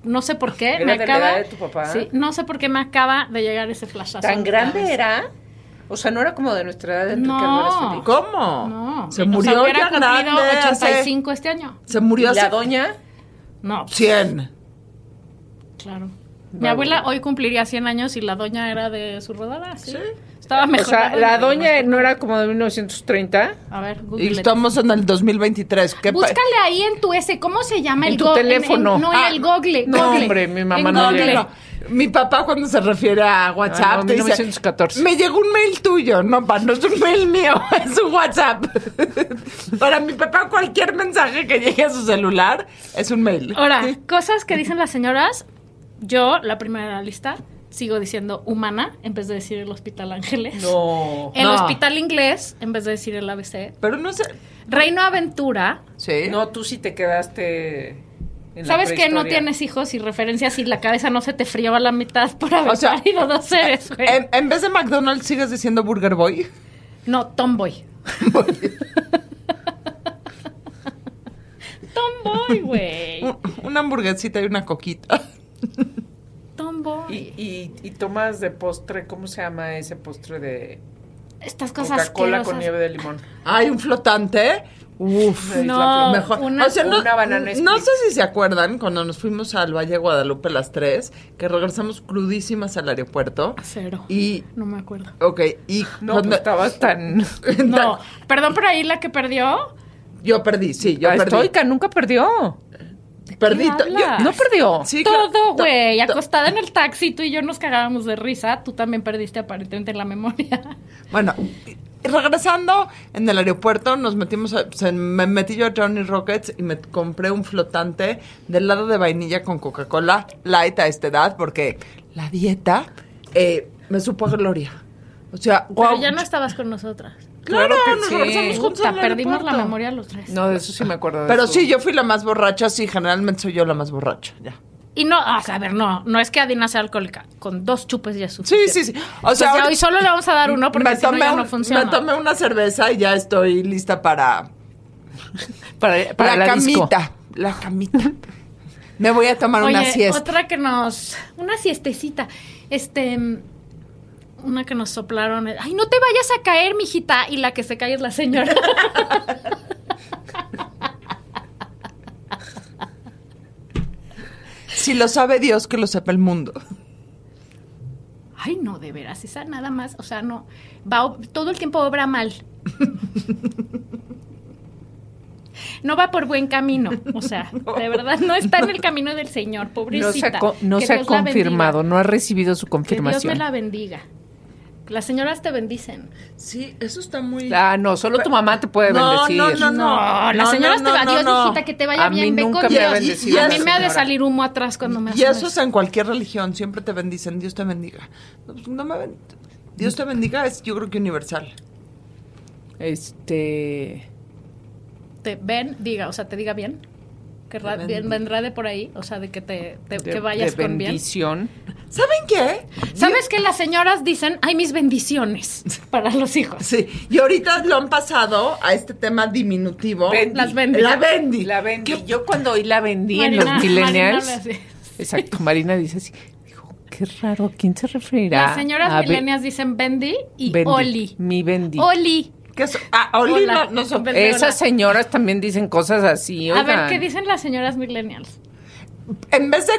Speaker 2: No sé por qué
Speaker 4: ¿Era
Speaker 2: me
Speaker 4: de la
Speaker 2: acaba.
Speaker 4: edad de tu papá?
Speaker 2: Sí, no sé por qué me acaba de llegar ese flashazo.
Speaker 4: ¿Tan
Speaker 2: en la
Speaker 4: grande
Speaker 2: cabeza.
Speaker 4: era? O sea, no era como de nuestra edad Enrique
Speaker 2: No.
Speaker 4: Álvarez Félix.
Speaker 3: ¿cómo?
Speaker 2: No.
Speaker 3: Se
Speaker 2: O sea,
Speaker 3: murió
Speaker 2: hubiera
Speaker 3: ya
Speaker 2: cumplido
Speaker 3: grande. hace-
Speaker 2: 85 este año.
Speaker 3: Se
Speaker 4: ¿Y
Speaker 3: murió
Speaker 4: la
Speaker 3: hace
Speaker 4: doña?
Speaker 2: No,
Speaker 3: 100.
Speaker 2: Claro. Mi
Speaker 4: Bárbara.
Speaker 2: abuela hoy cumpliría 100 años y la doña era de su rodada, ¿sí? Estaba
Speaker 4: O
Speaker 2: mejor.
Speaker 4: sea, la doña no era como de 1930.
Speaker 2: A ver,
Speaker 3: Y
Speaker 2: Google.
Speaker 3: estamos en el 2023. ¿Qué pa-
Speaker 2: Búscale ahí en tu S, ¿cómo se llama
Speaker 4: En
Speaker 2: el
Speaker 4: tu
Speaker 2: Go-
Speaker 4: teléfono.
Speaker 2: en- no,
Speaker 4: Ah,
Speaker 2: en el Google.
Speaker 4: no,
Speaker 2: Google.
Speaker 4: hombre, mi mamá
Speaker 2: En
Speaker 4: no
Speaker 3: No,
Speaker 2: Google.
Speaker 3: no, no. Mi papá cuando se refiere a WhatsApp
Speaker 4: Ah, no,
Speaker 3: te dice,
Speaker 4: 1914.
Speaker 3: me llegó un mail tuyo, no, pa, no es un mail mío, <laughs> es un WhatsApp. <laughs> Para mi papá cualquier mensaje que llegue a su celular es un mail.
Speaker 2: Ahora, cosas que dicen las señoras. Yo, la primera de la lista, sigo diciendo humana en vez de decir el Hospital Ángeles.
Speaker 4: No.
Speaker 2: El
Speaker 3: No.
Speaker 2: Hospital Inglés en vez de decir el ABC.
Speaker 3: Pero no sé.
Speaker 2: Reino Aventura.
Speaker 3: Sí.
Speaker 4: No, tú sí te quedaste. en la
Speaker 2: Eh, ¿Sabes que no
Speaker 4: prehistoria.
Speaker 2: tienes hijos y referencias y la cabeza no se te frió a la mitad por haber
Speaker 3: O sea,
Speaker 2: parido dos seres, güey?
Speaker 3: En, en vez de McDonald's sigues diciendo Burger Boy. <laughs>
Speaker 2: No, Tomboy. Tomboy, güey. <laughs>
Speaker 3: Un- una hamburguesita y una coquita.
Speaker 2: Tomboy.
Speaker 4: Y, y, y tomas de postre, ¿cómo se llama ese postre de
Speaker 2: Estas cosas
Speaker 4: Coca-Cola con
Speaker 2: asquerosas.
Speaker 4: nieve de limón.
Speaker 3: Hay un flotante. Uf,
Speaker 4: Es la
Speaker 2: No,
Speaker 4: flor.
Speaker 3: mejor.
Speaker 2: una-
Speaker 3: O sea, no,
Speaker 4: una banana
Speaker 3: no
Speaker 4: split.
Speaker 3: sé si se acuerdan cuando nos fuimos al Valle de Guadalupe las tres, que regresamos crudísimas al aeropuerto.
Speaker 2: Cero.
Speaker 3: Y,
Speaker 2: No me
Speaker 3: <laughs>
Speaker 2: acuerdo.
Speaker 3: ok, y
Speaker 4: No,
Speaker 3: cuando-
Speaker 4: pues,
Speaker 3: <laughs>
Speaker 4: estabas tan...
Speaker 2: No, perdón, pero ahí la que perdió.
Speaker 3: yo perdí, sí, yo
Speaker 4: Ah,
Speaker 3: perdí.
Speaker 4: estoica, nunca perdió.
Speaker 3: perdí.
Speaker 2: ¿Qué
Speaker 3: to-
Speaker 2: hablas?
Speaker 4: No perdió.
Speaker 3: Sí, claro,
Speaker 2: todo,
Speaker 3: to-
Speaker 2: güey.
Speaker 3: to-
Speaker 2: Acostada en el taxi, tú y yo nos cagábamos de risa. Tú también perdiste aparentemente la
Speaker 3: <laughs>
Speaker 2: memoria.
Speaker 3: Bueno, y regresando en el aeropuerto, nos metimos, a- se- me metí yo a Johnny Rockets y me compré un flotante del lado de vainilla con Coca-Cola light a esta edad, porque la dieta eh, me supo a gloria. O sea, guau. Eh,
Speaker 2: Pero ya no estabas con nosotras.
Speaker 3: Claro,
Speaker 4: Claro que
Speaker 3: nos
Speaker 4: sí.
Speaker 3: regresamos juntos
Speaker 2: Puta,
Speaker 3: al
Speaker 2: perdimos la
Speaker 3: aeropuerto.
Speaker 2: memoria los tres.
Speaker 4: No, de eso sí me acuerdo. de
Speaker 3: Pero
Speaker 4: eso.
Speaker 3: sí, yo fui la más borracha, sí, generalmente soy yo la más borracha, ya.
Speaker 2: Y no, ah, a ver, no, no es que Adina sea alcohólica. Con dos chupes ya es
Speaker 3: Sí,
Speaker 2: suficiente.
Speaker 3: sí, sí. O sea,
Speaker 2: Entonces,
Speaker 3: ahorita-
Speaker 2: Pues hoy solo le vamos a dar uno porque si no, ya
Speaker 3: un-
Speaker 2: no funciona.
Speaker 3: me tomé una cerveza y ya estoy lista para
Speaker 4: Para, para
Speaker 3: la,
Speaker 4: la, disco.
Speaker 3: camita, la camita. Me voy a tomar una
Speaker 2: Oye,
Speaker 3: siesta.
Speaker 2: otra que nos... Una siestecita. Este... mm, Una que nos soplaron. Ay, no te vayas a caer, mijita. Y la que se cae es la señora.
Speaker 3: Si lo sabe Dios, que lo sepa el mundo.
Speaker 2: Ay, no, de veras. Esa nada más. O sea, no. Va, ob- todo el tiempo
Speaker 4: <laughs>
Speaker 2: obra mal. No va por buen camino,
Speaker 4: <laughs>
Speaker 2: o sea, de verdad no está en el camino del Señor,
Speaker 4: No se
Speaker 2: pobrecita.
Speaker 4: ha, co- no
Speaker 2: Que
Speaker 4: se ha
Speaker 2: Dios la bendiga.
Speaker 4: confirmado, no ha recibido su
Speaker 2: Que Dios me
Speaker 4: confirmación.
Speaker 2: la bendiga. Las señoras te bendicen.
Speaker 3: Sí, eso está muy...
Speaker 4: Ah, no, solo tu mamá te puede
Speaker 3: No,
Speaker 4: bendecir.
Speaker 3: no, no,
Speaker 2: No, las señoras te
Speaker 3: no,
Speaker 2: Adiós,
Speaker 3: no.
Speaker 2: mijita, que te vaya
Speaker 4: A
Speaker 2: bien.
Speaker 4: mí
Speaker 2: ve
Speaker 4: nunca
Speaker 2: con
Speaker 4: me ha
Speaker 2: Dios.
Speaker 3: bendecido
Speaker 2: A
Speaker 3: la
Speaker 2: mí me ha de
Speaker 4: señora.
Speaker 2: salir humo atrás cuando me
Speaker 3: Y
Speaker 2: hacen
Speaker 3: eso es en cualquier religión, siempre te bendicen, Dios te bendiga. No, pues, no me ben- Dios te bendiga es yo creo que universal.
Speaker 4: Este.
Speaker 2: Te ven, diga, o sea, te diga bien. Que ra-
Speaker 3: Te
Speaker 2: bien,
Speaker 3: bendiga.
Speaker 2: vendrá de por ahí, o sea, de que te, te-
Speaker 4: de-
Speaker 2: que vayas
Speaker 4: de
Speaker 2: con bien.
Speaker 4: bendición.
Speaker 3: ¿Saben qué?
Speaker 2: ¿Sabes que las señoras dicen, ay, mis bendiciones <laughs> para los hijos?
Speaker 3: Sí, y ahorita lo han pasado a este tema diminutivo.
Speaker 4: Bendi.
Speaker 2: Las bendi.
Speaker 3: La bendi.
Speaker 4: La vendí. Yo cuando oí la vendí en
Speaker 2: Marina-
Speaker 4: los millennials.
Speaker 2: Marina habla así.
Speaker 4: exacto, Marina dice así. Dijo, qué raro, ¿a quién se referirá?
Speaker 2: Las señoras
Speaker 4: A be-
Speaker 2: millennials dicen Bendy y
Speaker 4: bendi,
Speaker 2: Oli.
Speaker 4: Mi bendi.
Speaker 2: Oli.
Speaker 3: ¿Qué es? Ah, Oli,
Speaker 2: Hola.
Speaker 3: no, no son-
Speaker 2: Bendi, hola.
Speaker 4: Esas señoras también dicen cosas así.
Speaker 2: A ver,
Speaker 4: oigan.
Speaker 2: ¿qué dicen las señoras millennials?
Speaker 3: En vez de,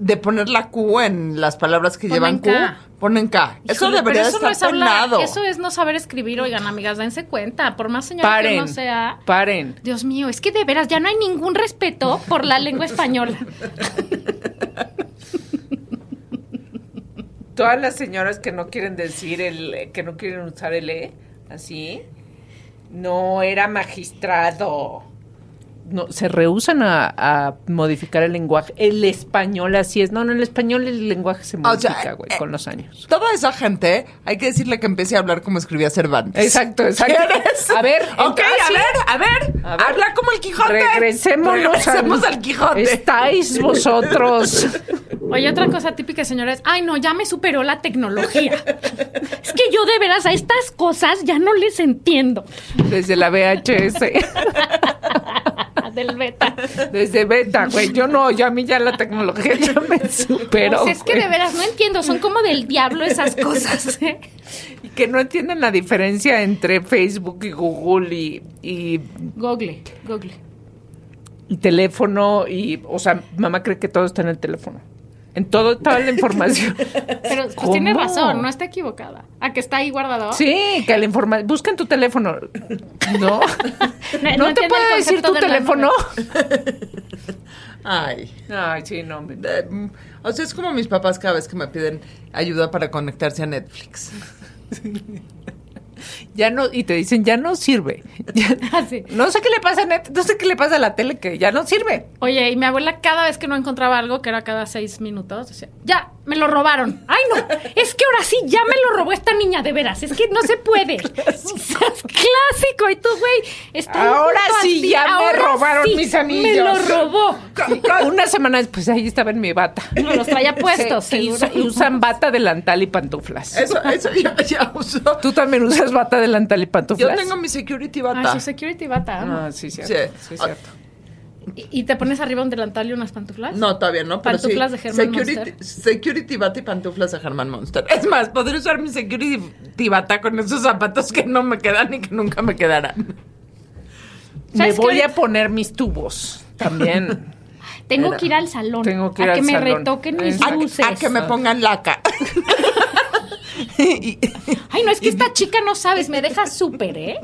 Speaker 3: de poner la Q en las palabras que
Speaker 2: Ponen
Speaker 3: llevan Q,
Speaker 2: K.
Speaker 3: ponen K. eso
Speaker 2: Híjole,
Speaker 3: debería
Speaker 2: pero eso
Speaker 3: estar
Speaker 2: no es hablar,
Speaker 3: penado.
Speaker 2: Eso es no saber escribir, oigan, amigas, dense cuenta. Por más señora que
Speaker 4: Paren.
Speaker 2: no ah. sea.
Speaker 4: Paren.
Speaker 2: Dios mío, es que de veras ya no hay ningún respeto por la lengua española.
Speaker 4: Todas las señoras que no quieren decir el. que no quieren usar el E, así. No era magistrado. No, se rehusan a, a modificar el lenguaje. El español así es. No, no, el español el lenguaje se
Speaker 3: O sea,
Speaker 4: modifica, güey,
Speaker 3: eh,
Speaker 4: con los años.
Speaker 3: Toda esa gente, hay que decirle que empiece a hablar como escribía Cervantes.
Speaker 4: Exacto, exacto.
Speaker 3: ¿Quieres?
Speaker 4: A ver,
Speaker 3: ok,
Speaker 4: entonces-
Speaker 3: a ver, a ver,
Speaker 4: A ver.
Speaker 3: habla como el Quijote.
Speaker 4: Regresémonos
Speaker 3: Regresemos al Quijote.
Speaker 4: Estáis vosotros.
Speaker 2: Oye, otra cosa típica, señora, es, ay, no, ya me superó la tecnología. es que yo de veras a estas cosas ya no les entiendo.
Speaker 4: Desde la VHS.
Speaker 2: <laughs> Del beta.
Speaker 4: Desde beta, güey. Yo no, yo a mí ya la tecnología ya me superó.
Speaker 2: Pues es que
Speaker 4: güey.
Speaker 2: de veras no entiendo, son como del diablo esas cosas. ¿eh?
Speaker 4: Y que no entienden la diferencia entre Facebook y Google y, y,
Speaker 2: Google, Google.
Speaker 4: y teléfono. Y, o sea, mamá cree que todo está en el teléfono. En todo, toda la
Speaker 2: <laughs>
Speaker 4: información.
Speaker 2: Pero pues,
Speaker 4: ¿Cómo?
Speaker 2: tiene razón, no está equivocada. A que está ahí guardado.
Speaker 4: Sí, que la información. Busca en tu teléfono. No.
Speaker 2: <laughs> No,
Speaker 4: No,
Speaker 2: no entiendo
Speaker 4: te
Speaker 2: el
Speaker 4: puede decir
Speaker 2: concepto
Speaker 4: tu
Speaker 2: de la
Speaker 4: teléfono.
Speaker 3: Ay.
Speaker 4: Ay, sí, no. me-
Speaker 3: eh, mm, O sea, es como mis papás cada vez que me piden ayuda para conectarse a Netflix. <laughs>
Speaker 4: Ya no, y te dicen, ya no sirve. <laughs> Ya-
Speaker 2: Ah, sí.
Speaker 4: No sé qué le pasa a Net, no sé qué le pasa a la tele, que ya no sirve.
Speaker 2: Oye, y mi abuela cada vez que no encontraba algo, que era cada seis minutos, decía, ya, me lo robaron. Ay, no, es que ahora sí, ya me lo robó esta niña, de veras, es que no
Speaker 4: <laughs>
Speaker 2: se puede. O sea, es clásico, y tú, güey, está ahí
Speaker 4: Ahora
Speaker 2: junto a
Speaker 4: sí,
Speaker 2: ti,
Speaker 4: ya me
Speaker 2: ahora
Speaker 4: robaron mis
Speaker 2: Me
Speaker 4: anillos.
Speaker 2: lo robó.
Speaker 4: <laughs> Una semana después, ahí estaba en mi bata.
Speaker 2: No, los traía
Speaker 4: <laughs>
Speaker 2: puestos,
Speaker 4: Sí, y,
Speaker 2: seguro.
Speaker 4: usa- y usan bata delantal y pantuflas.
Speaker 3: Eso, eso yo ya uso.
Speaker 4: ¿Tú también usas bata delantal y
Speaker 3: Yo
Speaker 4: pantuflas?
Speaker 3: tengo mi security
Speaker 2: Ay,
Speaker 3: bata.
Speaker 2: su security bata. amo.
Speaker 4: Ah, sí, cierto.
Speaker 3: Sí.
Speaker 4: Sí, cierto.
Speaker 2: ¿Y, y te pones arriba un delantal y unas pantuflas?
Speaker 3: No, todavía no, pero
Speaker 2: Pantuflas
Speaker 3: sí.
Speaker 2: de Germán
Speaker 3: security,
Speaker 2: Monster.
Speaker 3: security bata y pantuflas de Germán Monster. Es más, podría usar mi security bata con esos zapatos que no me quedan y que nunca me quedarán.
Speaker 4: Me
Speaker 2: ¿Sabes qué?
Speaker 4: voy a poner mis tubos también.
Speaker 2: Tengo
Speaker 4: Era.
Speaker 2: que ir al salón.
Speaker 4: Tengo que ir
Speaker 2: a
Speaker 4: al
Speaker 2: que me
Speaker 4: salón.
Speaker 2: retoquen mis
Speaker 4: Eso.
Speaker 3: A,
Speaker 2: luces.
Speaker 3: a que me pongan laca. <laughs> Y-
Speaker 2: Ay, no, es que esta chica no sabes, me
Speaker 4: <laughs>
Speaker 2: deja súper, ¿eh?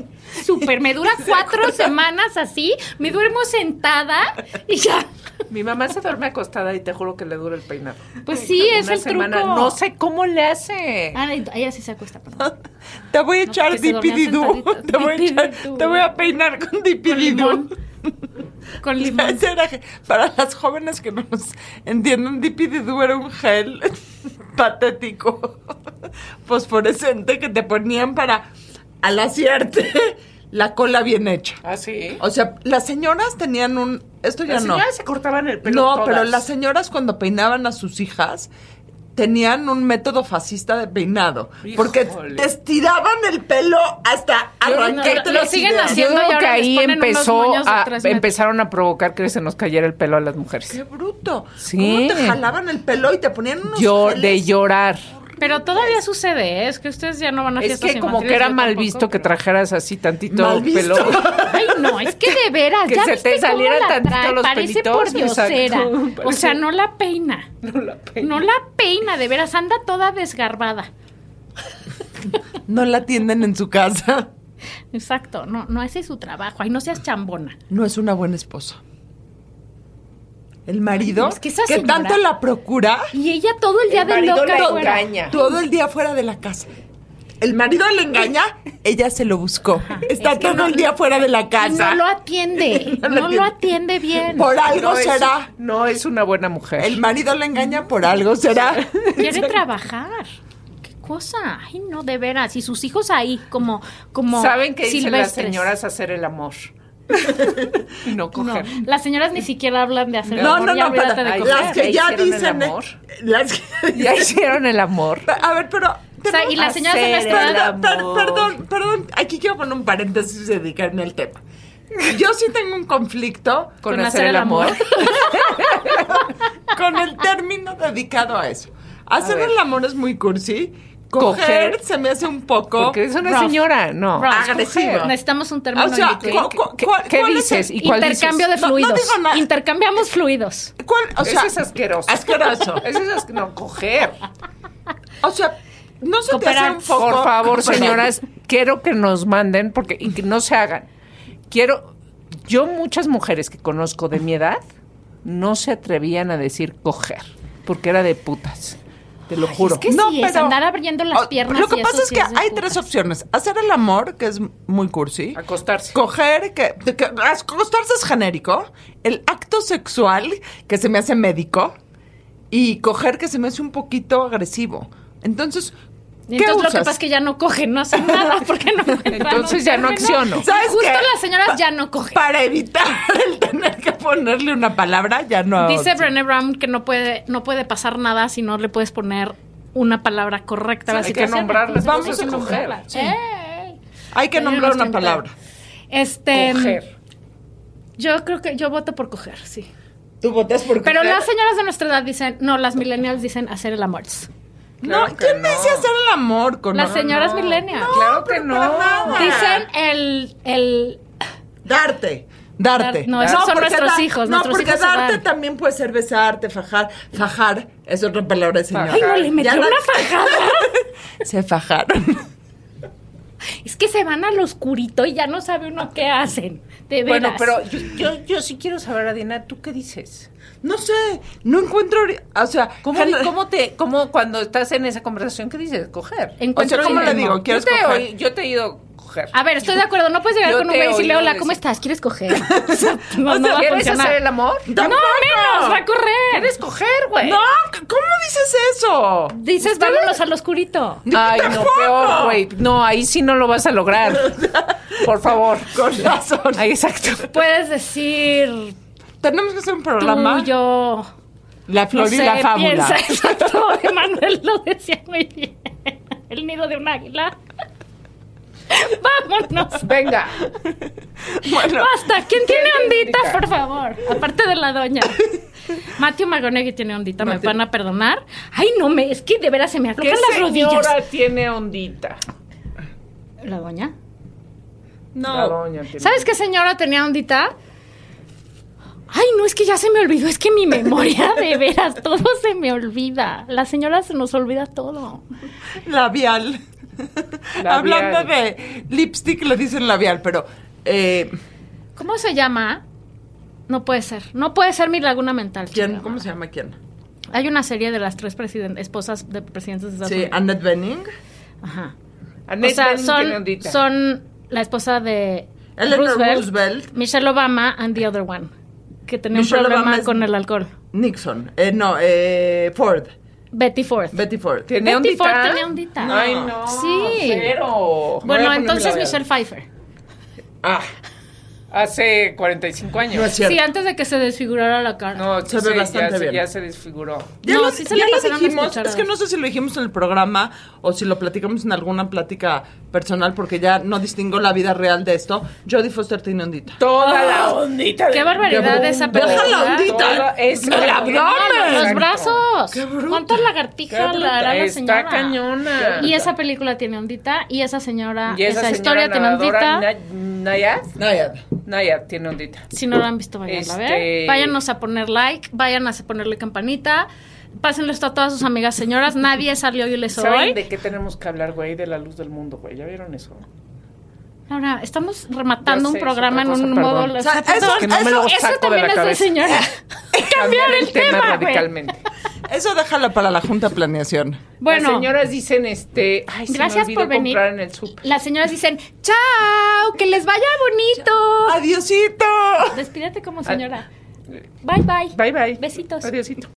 Speaker 2: Súper. Me dura cuatro semanas así, me duermo sentada y ya.
Speaker 4: <laughs> Mi mamá se duerme acostada y te juro que le dura el peinado.
Speaker 2: Pues sí, es
Speaker 4: Una
Speaker 2: el
Speaker 4: semana,
Speaker 2: truco.
Speaker 4: No sé cómo le hace.
Speaker 2: Ah, ella sí se acuesta, perdón.
Speaker 3: te voy a echar
Speaker 2: que se dormía
Speaker 3: dipididú.
Speaker 2: sentadita.
Speaker 3: Te voy a echar-
Speaker 2: Dipididú.
Speaker 3: te voy a peinar con
Speaker 2: Con
Speaker 3: dipididú.
Speaker 2: limón.
Speaker 4: <laughs>
Speaker 2: Con
Speaker 3: <laughs>
Speaker 2: limón.
Speaker 3: Ese era- para las jóvenes que no nos entienden, Dipididú era un gel <laughs> patético, <laughs> fosforescente, que te ponían para alaciarte <laughs> la cola bien hecha.
Speaker 4: ¿Ah, sí?
Speaker 3: O sea, las señoras tenían un... Esto ya
Speaker 4: Las
Speaker 3: no.
Speaker 4: señoras se cortaban el pelo
Speaker 3: No,
Speaker 4: todas.
Speaker 3: pero las señoras cuando peinaban a sus hijas tenían un método fascista de peinado. Porque
Speaker 4: Híjole.
Speaker 3: te estiraban el pelo hasta arrancarte
Speaker 2: lo
Speaker 3: las
Speaker 2: siguen
Speaker 3: ideas.
Speaker 4: Yo
Speaker 2: haciendo. Siendo y
Speaker 4: creo que
Speaker 2: ahora les
Speaker 4: ahí
Speaker 2: ponen unos
Speaker 4: empezó
Speaker 2: moños de
Speaker 4: a,
Speaker 2: tres metros.
Speaker 4: empezaron a provocar que se nos cayera el pelo a las mujeres.
Speaker 3: ¡Qué bruto!
Speaker 4: Sí.
Speaker 3: ¿Cómo te jalaban el pelo y te ponían unos
Speaker 4: Yo,
Speaker 3: geles?
Speaker 4: de llorar.
Speaker 2: Pero todavía sucede, ¿eh? es que ustedes ya no van a
Speaker 4: Es
Speaker 2: fiestas
Speaker 4: que como
Speaker 2: infantiles,
Speaker 4: que era
Speaker 2: yo
Speaker 4: mal
Speaker 2: tampoco,
Speaker 4: visto que
Speaker 2: pero-
Speaker 4: trajeras así tantito
Speaker 3: Mal visto. <laughs>
Speaker 4: pelo.
Speaker 2: Ay, no, es que de veras,
Speaker 4: Que
Speaker 2: ya
Speaker 4: se
Speaker 2: viste
Speaker 4: te salieran
Speaker 2: cómo la
Speaker 4: tantito
Speaker 2: trae,
Speaker 4: los
Speaker 2: parece
Speaker 4: pelitos,
Speaker 2: por diosera.
Speaker 4: exacto,
Speaker 2: O
Speaker 4: parece-
Speaker 2: sea, no la peina.
Speaker 4: <laughs> No la peina.
Speaker 2: No la peina, de veras, anda toda desgarbada.
Speaker 3: No la atienden en su casa.
Speaker 2: Exacto, no, no hace su trabajo. Ay, no seas chambona.
Speaker 3: No es una buena esposa. El marido,
Speaker 2: Ay, es que esa señora-
Speaker 3: tanto la procura,
Speaker 2: Y ella todo el día
Speaker 4: El
Speaker 2: de
Speaker 4: marido
Speaker 2: loca
Speaker 4: la
Speaker 2: afuera.
Speaker 4: engaña.
Speaker 3: todo el día fuera de la casa. El marido le engaña, ella se lo buscó. Está
Speaker 2: es que
Speaker 3: todo
Speaker 2: no-
Speaker 3: el día fuera de la
Speaker 2: Y no
Speaker 3: casa.
Speaker 4: <laughs>
Speaker 2: lo atiende,
Speaker 3: No
Speaker 2: no,
Speaker 3: lo
Speaker 2: lo
Speaker 3: atiende.
Speaker 2: atiende bien.
Speaker 3: Por algo
Speaker 4: No es-
Speaker 3: será.
Speaker 4: no es una buena mujer.
Speaker 3: El marido le engaña, por algo será.
Speaker 2: Quiere trabajar. Qué cosa. Ay, no, de veras. Y sus hijos ahí, como, como
Speaker 4: ¿Saben qué dicen las
Speaker 2: silvestres.
Speaker 4: señoras? Hacer el
Speaker 3: <laughs>
Speaker 4: amor. y no
Speaker 2: No,
Speaker 4: coger.
Speaker 2: las señoras ni siquiera hablan de hacer
Speaker 3: No,
Speaker 2: amor,
Speaker 3: no,
Speaker 2: ya
Speaker 3: no,
Speaker 2: olvídate
Speaker 3: pero
Speaker 2: de
Speaker 4: Ay,
Speaker 2: coger.
Speaker 3: las que ya
Speaker 4: ¿Ya hicieron el
Speaker 3: dicen. ¿eh?
Speaker 4: amor?
Speaker 3: Las que-
Speaker 4: Ya hicieron el amor.
Speaker 3: A ver, pero.
Speaker 2: O sea, y las señoras de
Speaker 4: Hacer
Speaker 2: nuestra
Speaker 4: el
Speaker 2: edad-
Speaker 3: Perdón, per-
Speaker 4: amor.
Speaker 3: perdón, perdón. Aquí quiero poner un paréntesis y dedicarme al tema. Yo sí tengo un conflicto
Speaker 4: Con hacer el amor. <laughs>
Speaker 3: con el término dedicado a eso. Hacer
Speaker 4: ver.
Speaker 3: el amor es muy cursi. Coger,
Speaker 4: Coger.
Speaker 3: se me hace un poco.
Speaker 4: Porque es una
Speaker 2: Rough.
Speaker 4: señora,
Speaker 3: Ah,
Speaker 4: no.
Speaker 2: Rough.
Speaker 3: agresivo.
Speaker 2: Necesitamos un término
Speaker 3: Ah, O sea,
Speaker 2: en
Speaker 3: cu-
Speaker 2: between.
Speaker 3: cu-
Speaker 4: ¿Qué,
Speaker 3: cuál-
Speaker 4: qué
Speaker 3: cuál es
Speaker 4: dices?
Speaker 3: el-
Speaker 4: ¿Y cuál
Speaker 2: Intercambio
Speaker 4: dices?
Speaker 2: de
Speaker 3: No, no
Speaker 2: fluidos.
Speaker 3: digo nada.
Speaker 2: Intercambiamos fluidos.
Speaker 3: cuál- o sea,
Speaker 4: Eso es asqueroso.
Speaker 3: asqueroso.
Speaker 4: Eso <laughs> es asque- no, coger.
Speaker 3: O sea, no se te hace
Speaker 2: Cooperar.
Speaker 3: un poco.
Speaker 4: Por favor,
Speaker 3: Perdón.
Speaker 4: señoras, quiero que nos manden porque y que no se hagan. Quiero yo muchas mujeres que conozco de mi edad no se atrevían a decir coger porque era de putas. Te lo juro.
Speaker 2: Es que
Speaker 3: No,
Speaker 2: sí, es
Speaker 3: pero-
Speaker 2: andar abriendo
Speaker 3: O-
Speaker 2: las piernas.
Speaker 3: Lo que
Speaker 2: y
Speaker 3: pasa
Speaker 2: eso
Speaker 3: es
Speaker 2: sí
Speaker 3: que
Speaker 2: de
Speaker 3: hay
Speaker 2: puta.
Speaker 3: tres opciones. Hacer el amor, que es muy cursi.
Speaker 4: Acostarse.
Speaker 3: Coger, que, que- acostarse es genérico. El acto sexual, que se me hace médico. Y coger, que se me hace un poquito agresivo. Entonces,
Speaker 2: Y
Speaker 3: ¿qué
Speaker 2: Entonces lo que
Speaker 3: usas?
Speaker 2: pasa es que ya no cogen, no hacen nada porque
Speaker 3: <laughs>
Speaker 2: no encuentran
Speaker 4: Entonces
Speaker 2: un
Speaker 4: ya no
Speaker 2: término.
Speaker 4: acciono.
Speaker 3: ¿Sabes
Speaker 2: Justo
Speaker 3: qué?
Speaker 2: las señoras ya no cogen.
Speaker 3: Para evitar <laughs> el tener que ponerle una palabra, ya no...
Speaker 2: Dice Brené Brown que no puede, no puede pasar nada si no le puedes poner una palabra correcta a la
Speaker 4: Hay que
Speaker 2: situación.
Speaker 4: nombrarla,
Speaker 2: Entonces,
Speaker 4: vamos
Speaker 2: hay
Speaker 4: a
Speaker 2: que
Speaker 4: coger.
Speaker 2: nombrarla.
Speaker 4: Sí.
Speaker 2: ¡Ey!
Speaker 3: Hay que
Speaker 2: Ya
Speaker 3: nombrar
Speaker 2: no
Speaker 3: una
Speaker 2: estoy
Speaker 3: palabra.
Speaker 2: Eh. Este,
Speaker 4: Coger.
Speaker 2: yo creo que yo voto por coger, sí.
Speaker 3: Tú votas por
Speaker 2: Pero
Speaker 3: coger?
Speaker 2: las señoras de nuestra edad dicen, no, las millennials dicen hacer el amor.
Speaker 3: No,
Speaker 4: Claro que
Speaker 3: ¿quién me
Speaker 4: no.
Speaker 3: dice hacer el amor con
Speaker 2: Las señoras millennials
Speaker 4: Claro que no.
Speaker 3: para nada.
Speaker 2: dicen el, el
Speaker 3: Darte. Darte.
Speaker 2: Dar- no, esos son
Speaker 3: porque
Speaker 2: nuestros hijos,
Speaker 3: No,
Speaker 2: nuestros
Speaker 3: porque
Speaker 2: hijos se
Speaker 3: darte
Speaker 2: dan.
Speaker 3: también puede ser besarte, fajar. Fajar es otra palabra de señora.
Speaker 4: Ay, no, le
Speaker 2: metió
Speaker 3: Ya la-
Speaker 2: una fajada.
Speaker 4: <laughs>
Speaker 3: Se fajaron.
Speaker 2: es que se van al oscurito y ya no sabe uno qué hacen. De veras.
Speaker 4: Bueno, pero yo, yo, yo sí quiero saber, Adina, ¿tú qué dices?
Speaker 3: No sé, no encuentro. ori- O sea,
Speaker 4: ¿Cómo,
Speaker 3: Hannah-
Speaker 4: cómo te, cómo cuando estás en esa conversación, qué dices? Coger.
Speaker 2: Encuentro
Speaker 3: o sea, ¿cómo le
Speaker 2: dinero.
Speaker 3: digo? ¿Quieres
Speaker 4: yo te,
Speaker 3: coger?
Speaker 4: oí- yo te he ido coger.
Speaker 2: A ver, estoy de acuerdo, no puedes llegar
Speaker 4: Yo
Speaker 2: con un
Speaker 4: te
Speaker 2: güey y decirle,
Speaker 4: oí
Speaker 2: hola,
Speaker 4: decir-
Speaker 2: ¿cómo estás? ¿Quieres
Speaker 4: <laughs>
Speaker 2: coger? O sea, no, no va a
Speaker 4: ¿Quieres
Speaker 2: funcionar.
Speaker 4: hacer el amor?
Speaker 2: No, menos, va a correr.
Speaker 4: ¿Quieres coger, güey?
Speaker 3: No, ¿cómo dices eso?
Speaker 2: Dices, vámonos al oscurito.
Speaker 4: Ay, no,
Speaker 3: ¡Tampoco!
Speaker 4: peor, güey. No, ahí sí no lo vas a lograr. Por <laughs> favor.
Speaker 3: Con razón.
Speaker 4: Ahí, exacto.
Speaker 2: Puedes decir,
Speaker 3: Tenemos que hacer un
Speaker 2: tú,
Speaker 3: programa.
Speaker 2: yo,
Speaker 3: La
Speaker 2: no
Speaker 3: flor y
Speaker 2: sé,
Speaker 3: la
Speaker 4: <laughs>
Speaker 3: fábula.
Speaker 2: piensa. Exacto, Emanuel lo decía muy bien. El nido de un águila. <laughs> Vámonos.
Speaker 4: Venga.
Speaker 3: Bueno,
Speaker 2: Basta. ¿Quién tiene
Speaker 4: Gente
Speaker 2: ondita,
Speaker 4: indica.
Speaker 2: por favor? Aparte de la doña. Matthew McConaughey tiene ondita, me
Speaker 3: Matthew.
Speaker 2: van a perdonar. Ay, no, me, es que de veras se me aflojan las rodillas.
Speaker 4: tiene ondita?
Speaker 2: ¿La doña?
Speaker 4: La
Speaker 3: no.
Speaker 4: doña tiene-
Speaker 2: ¿Sabes qué señora tenía ondita? Ay, no, es que ya se me olvidó, es que mi memoria, de veras, todo se me olvida. La señora se nos olvida todo.
Speaker 3: Labial.
Speaker 4: Labial.
Speaker 3: Hablando de lipstick, le dicen labial, pero. eh,
Speaker 2: ¿Cómo se llama? No puede ser, no puede ser mi laguna mental.
Speaker 3: ¿quién,
Speaker 2: chingada.
Speaker 3: ¿Cómo se llama quién?
Speaker 2: Hay una serie de las tres presiden- esposas de presidentes de Estados
Speaker 3: Sí,
Speaker 2: Unidos.
Speaker 3: Annette Bening.
Speaker 2: Ajá. O
Speaker 4: Annette
Speaker 2: sea,
Speaker 4: Bening tiene
Speaker 2: son,
Speaker 4: ondita.
Speaker 2: son la esposa de
Speaker 3: Eleanor
Speaker 2: Roosevelt,
Speaker 3: Roosevelt.
Speaker 2: Michelle Obama and the other one, que tenía
Speaker 3: Michelle
Speaker 2: un problema
Speaker 3: Obama es-
Speaker 2: con el alcohol.
Speaker 3: Nixon. Eh, no, eh, Ford.
Speaker 2: Betty Ford.
Speaker 3: Betty Ford.
Speaker 4: ¿Tiene
Speaker 2: Betty
Speaker 4: ondita?
Speaker 2: Ford tenía ondita.
Speaker 4: Ay, no.
Speaker 2: Sí.
Speaker 4: Cero. Voy
Speaker 2: Bueno,
Speaker 4: a
Speaker 2: entonces
Speaker 4: ponerme la
Speaker 2: Michelle Pfeiffer.
Speaker 4: verde. Ah, hace 45 años.
Speaker 3: No es cierto.
Speaker 2: Sí, antes de que se desfigurara la cara.
Speaker 4: No,
Speaker 3: Se
Speaker 4: sí,
Speaker 3: ve
Speaker 4: ya
Speaker 3: bastante
Speaker 4: se-
Speaker 3: bien.
Speaker 4: ya se desfiguró.
Speaker 3: Ya
Speaker 2: No,
Speaker 3: lo,
Speaker 2: sí se
Speaker 3: ya
Speaker 2: le
Speaker 3: lo
Speaker 2: pasaron las
Speaker 3: dijimos,
Speaker 2: cucharadas.
Speaker 3: es que no sé si lo dijimos en el programa o si lo platicamos en alguna plática personal porque ya no distingo la vida real de esto. Jodie Foster tiene ondita.
Speaker 4: Toda la ondita.
Speaker 2: Qué
Speaker 4: del-
Speaker 2: barbaridad
Speaker 4: de-
Speaker 2: esa
Speaker 3: Deja
Speaker 2: película.
Speaker 3: la
Speaker 4: Toda
Speaker 3: Ah. ondita.
Speaker 4: es-
Speaker 3: ¡El abdomen!
Speaker 2: Los
Speaker 4: Exacto.
Speaker 2: brazos.
Speaker 3: Qué bruta.
Speaker 2: ¿Cuántas
Speaker 4: Qué
Speaker 2: lagartijas
Speaker 4: bruta.
Speaker 2: la hará la
Speaker 4: Está
Speaker 2: señora?
Speaker 4: cañona.
Speaker 2: Y esa película tiene ondita, y esa señora,
Speaker 4: Y esa,
Speaker 2: esa
Speaker 4: señora
Speaker 2: historia tiene
Speaker 4: nadadora,
Speaker 2: ondita.
Speaker 4: Na- Nayad,
Speaker 3: Nayad.
Speaker 4: Nayad tiene ondita.
Speaker 2: Si no la han visto, vayan a
Speaker 4: Este-
Speaker 2: ver. Váyanos a poner like, vayan a ponerle campanita. Pásenlo esto a todas sus amigas señoras. Nadie salió y les
Speaker 4: ¿Saben
Speaker 2: hoy.
Speaker 4: de qué tenemos que hablar, güey? De la luz del mundo, güey. ¿Ya vieron eso?
Speaker 2: Ahora, estamos rematando
Speaker 4: Ya sé,
Speaker 2: un programa
Speaker 4: es
Speaker 2: en
Speaker 4: otra
Speaker 2: un
Speaker 4: cosa,
Speaker 2: modo.
Speaker 4: perdón.
Speaker 3: O sea,
Speaker 2: Exacto.
Speaker 3: eso-
Speaker 4: Que no me lo
Speaker 2: eso
Speaker 4: saco de
Speaker 2: también
Speaker 4: la
Speaker 2: es de
Speaker 4: cabeza. <laughs>
Speaker 2: señora. Cambiar el tema, güey.
Speaker 4: radicalmente.
Speaker 3: Eso déjala para la junta de planeación.
Speaker 2: Bueno,
Speaker 4: Las señoras dicen, este, ay, se
Speaker 2: Gracias
Speaker 4: me olvidó
Speaker 2: por venir.
Speaker 4: comprar en el súper.
Speaker 2: las señoras dicen, chao, que les vaya bonito.
Speaker 3: ¡Adiosito!
Speaker 2: Despídete como señora. Bye, bye.
Speaker 4: Bye, bye.
Speaker 2: Besitos.
Speaker 4: Adiósito.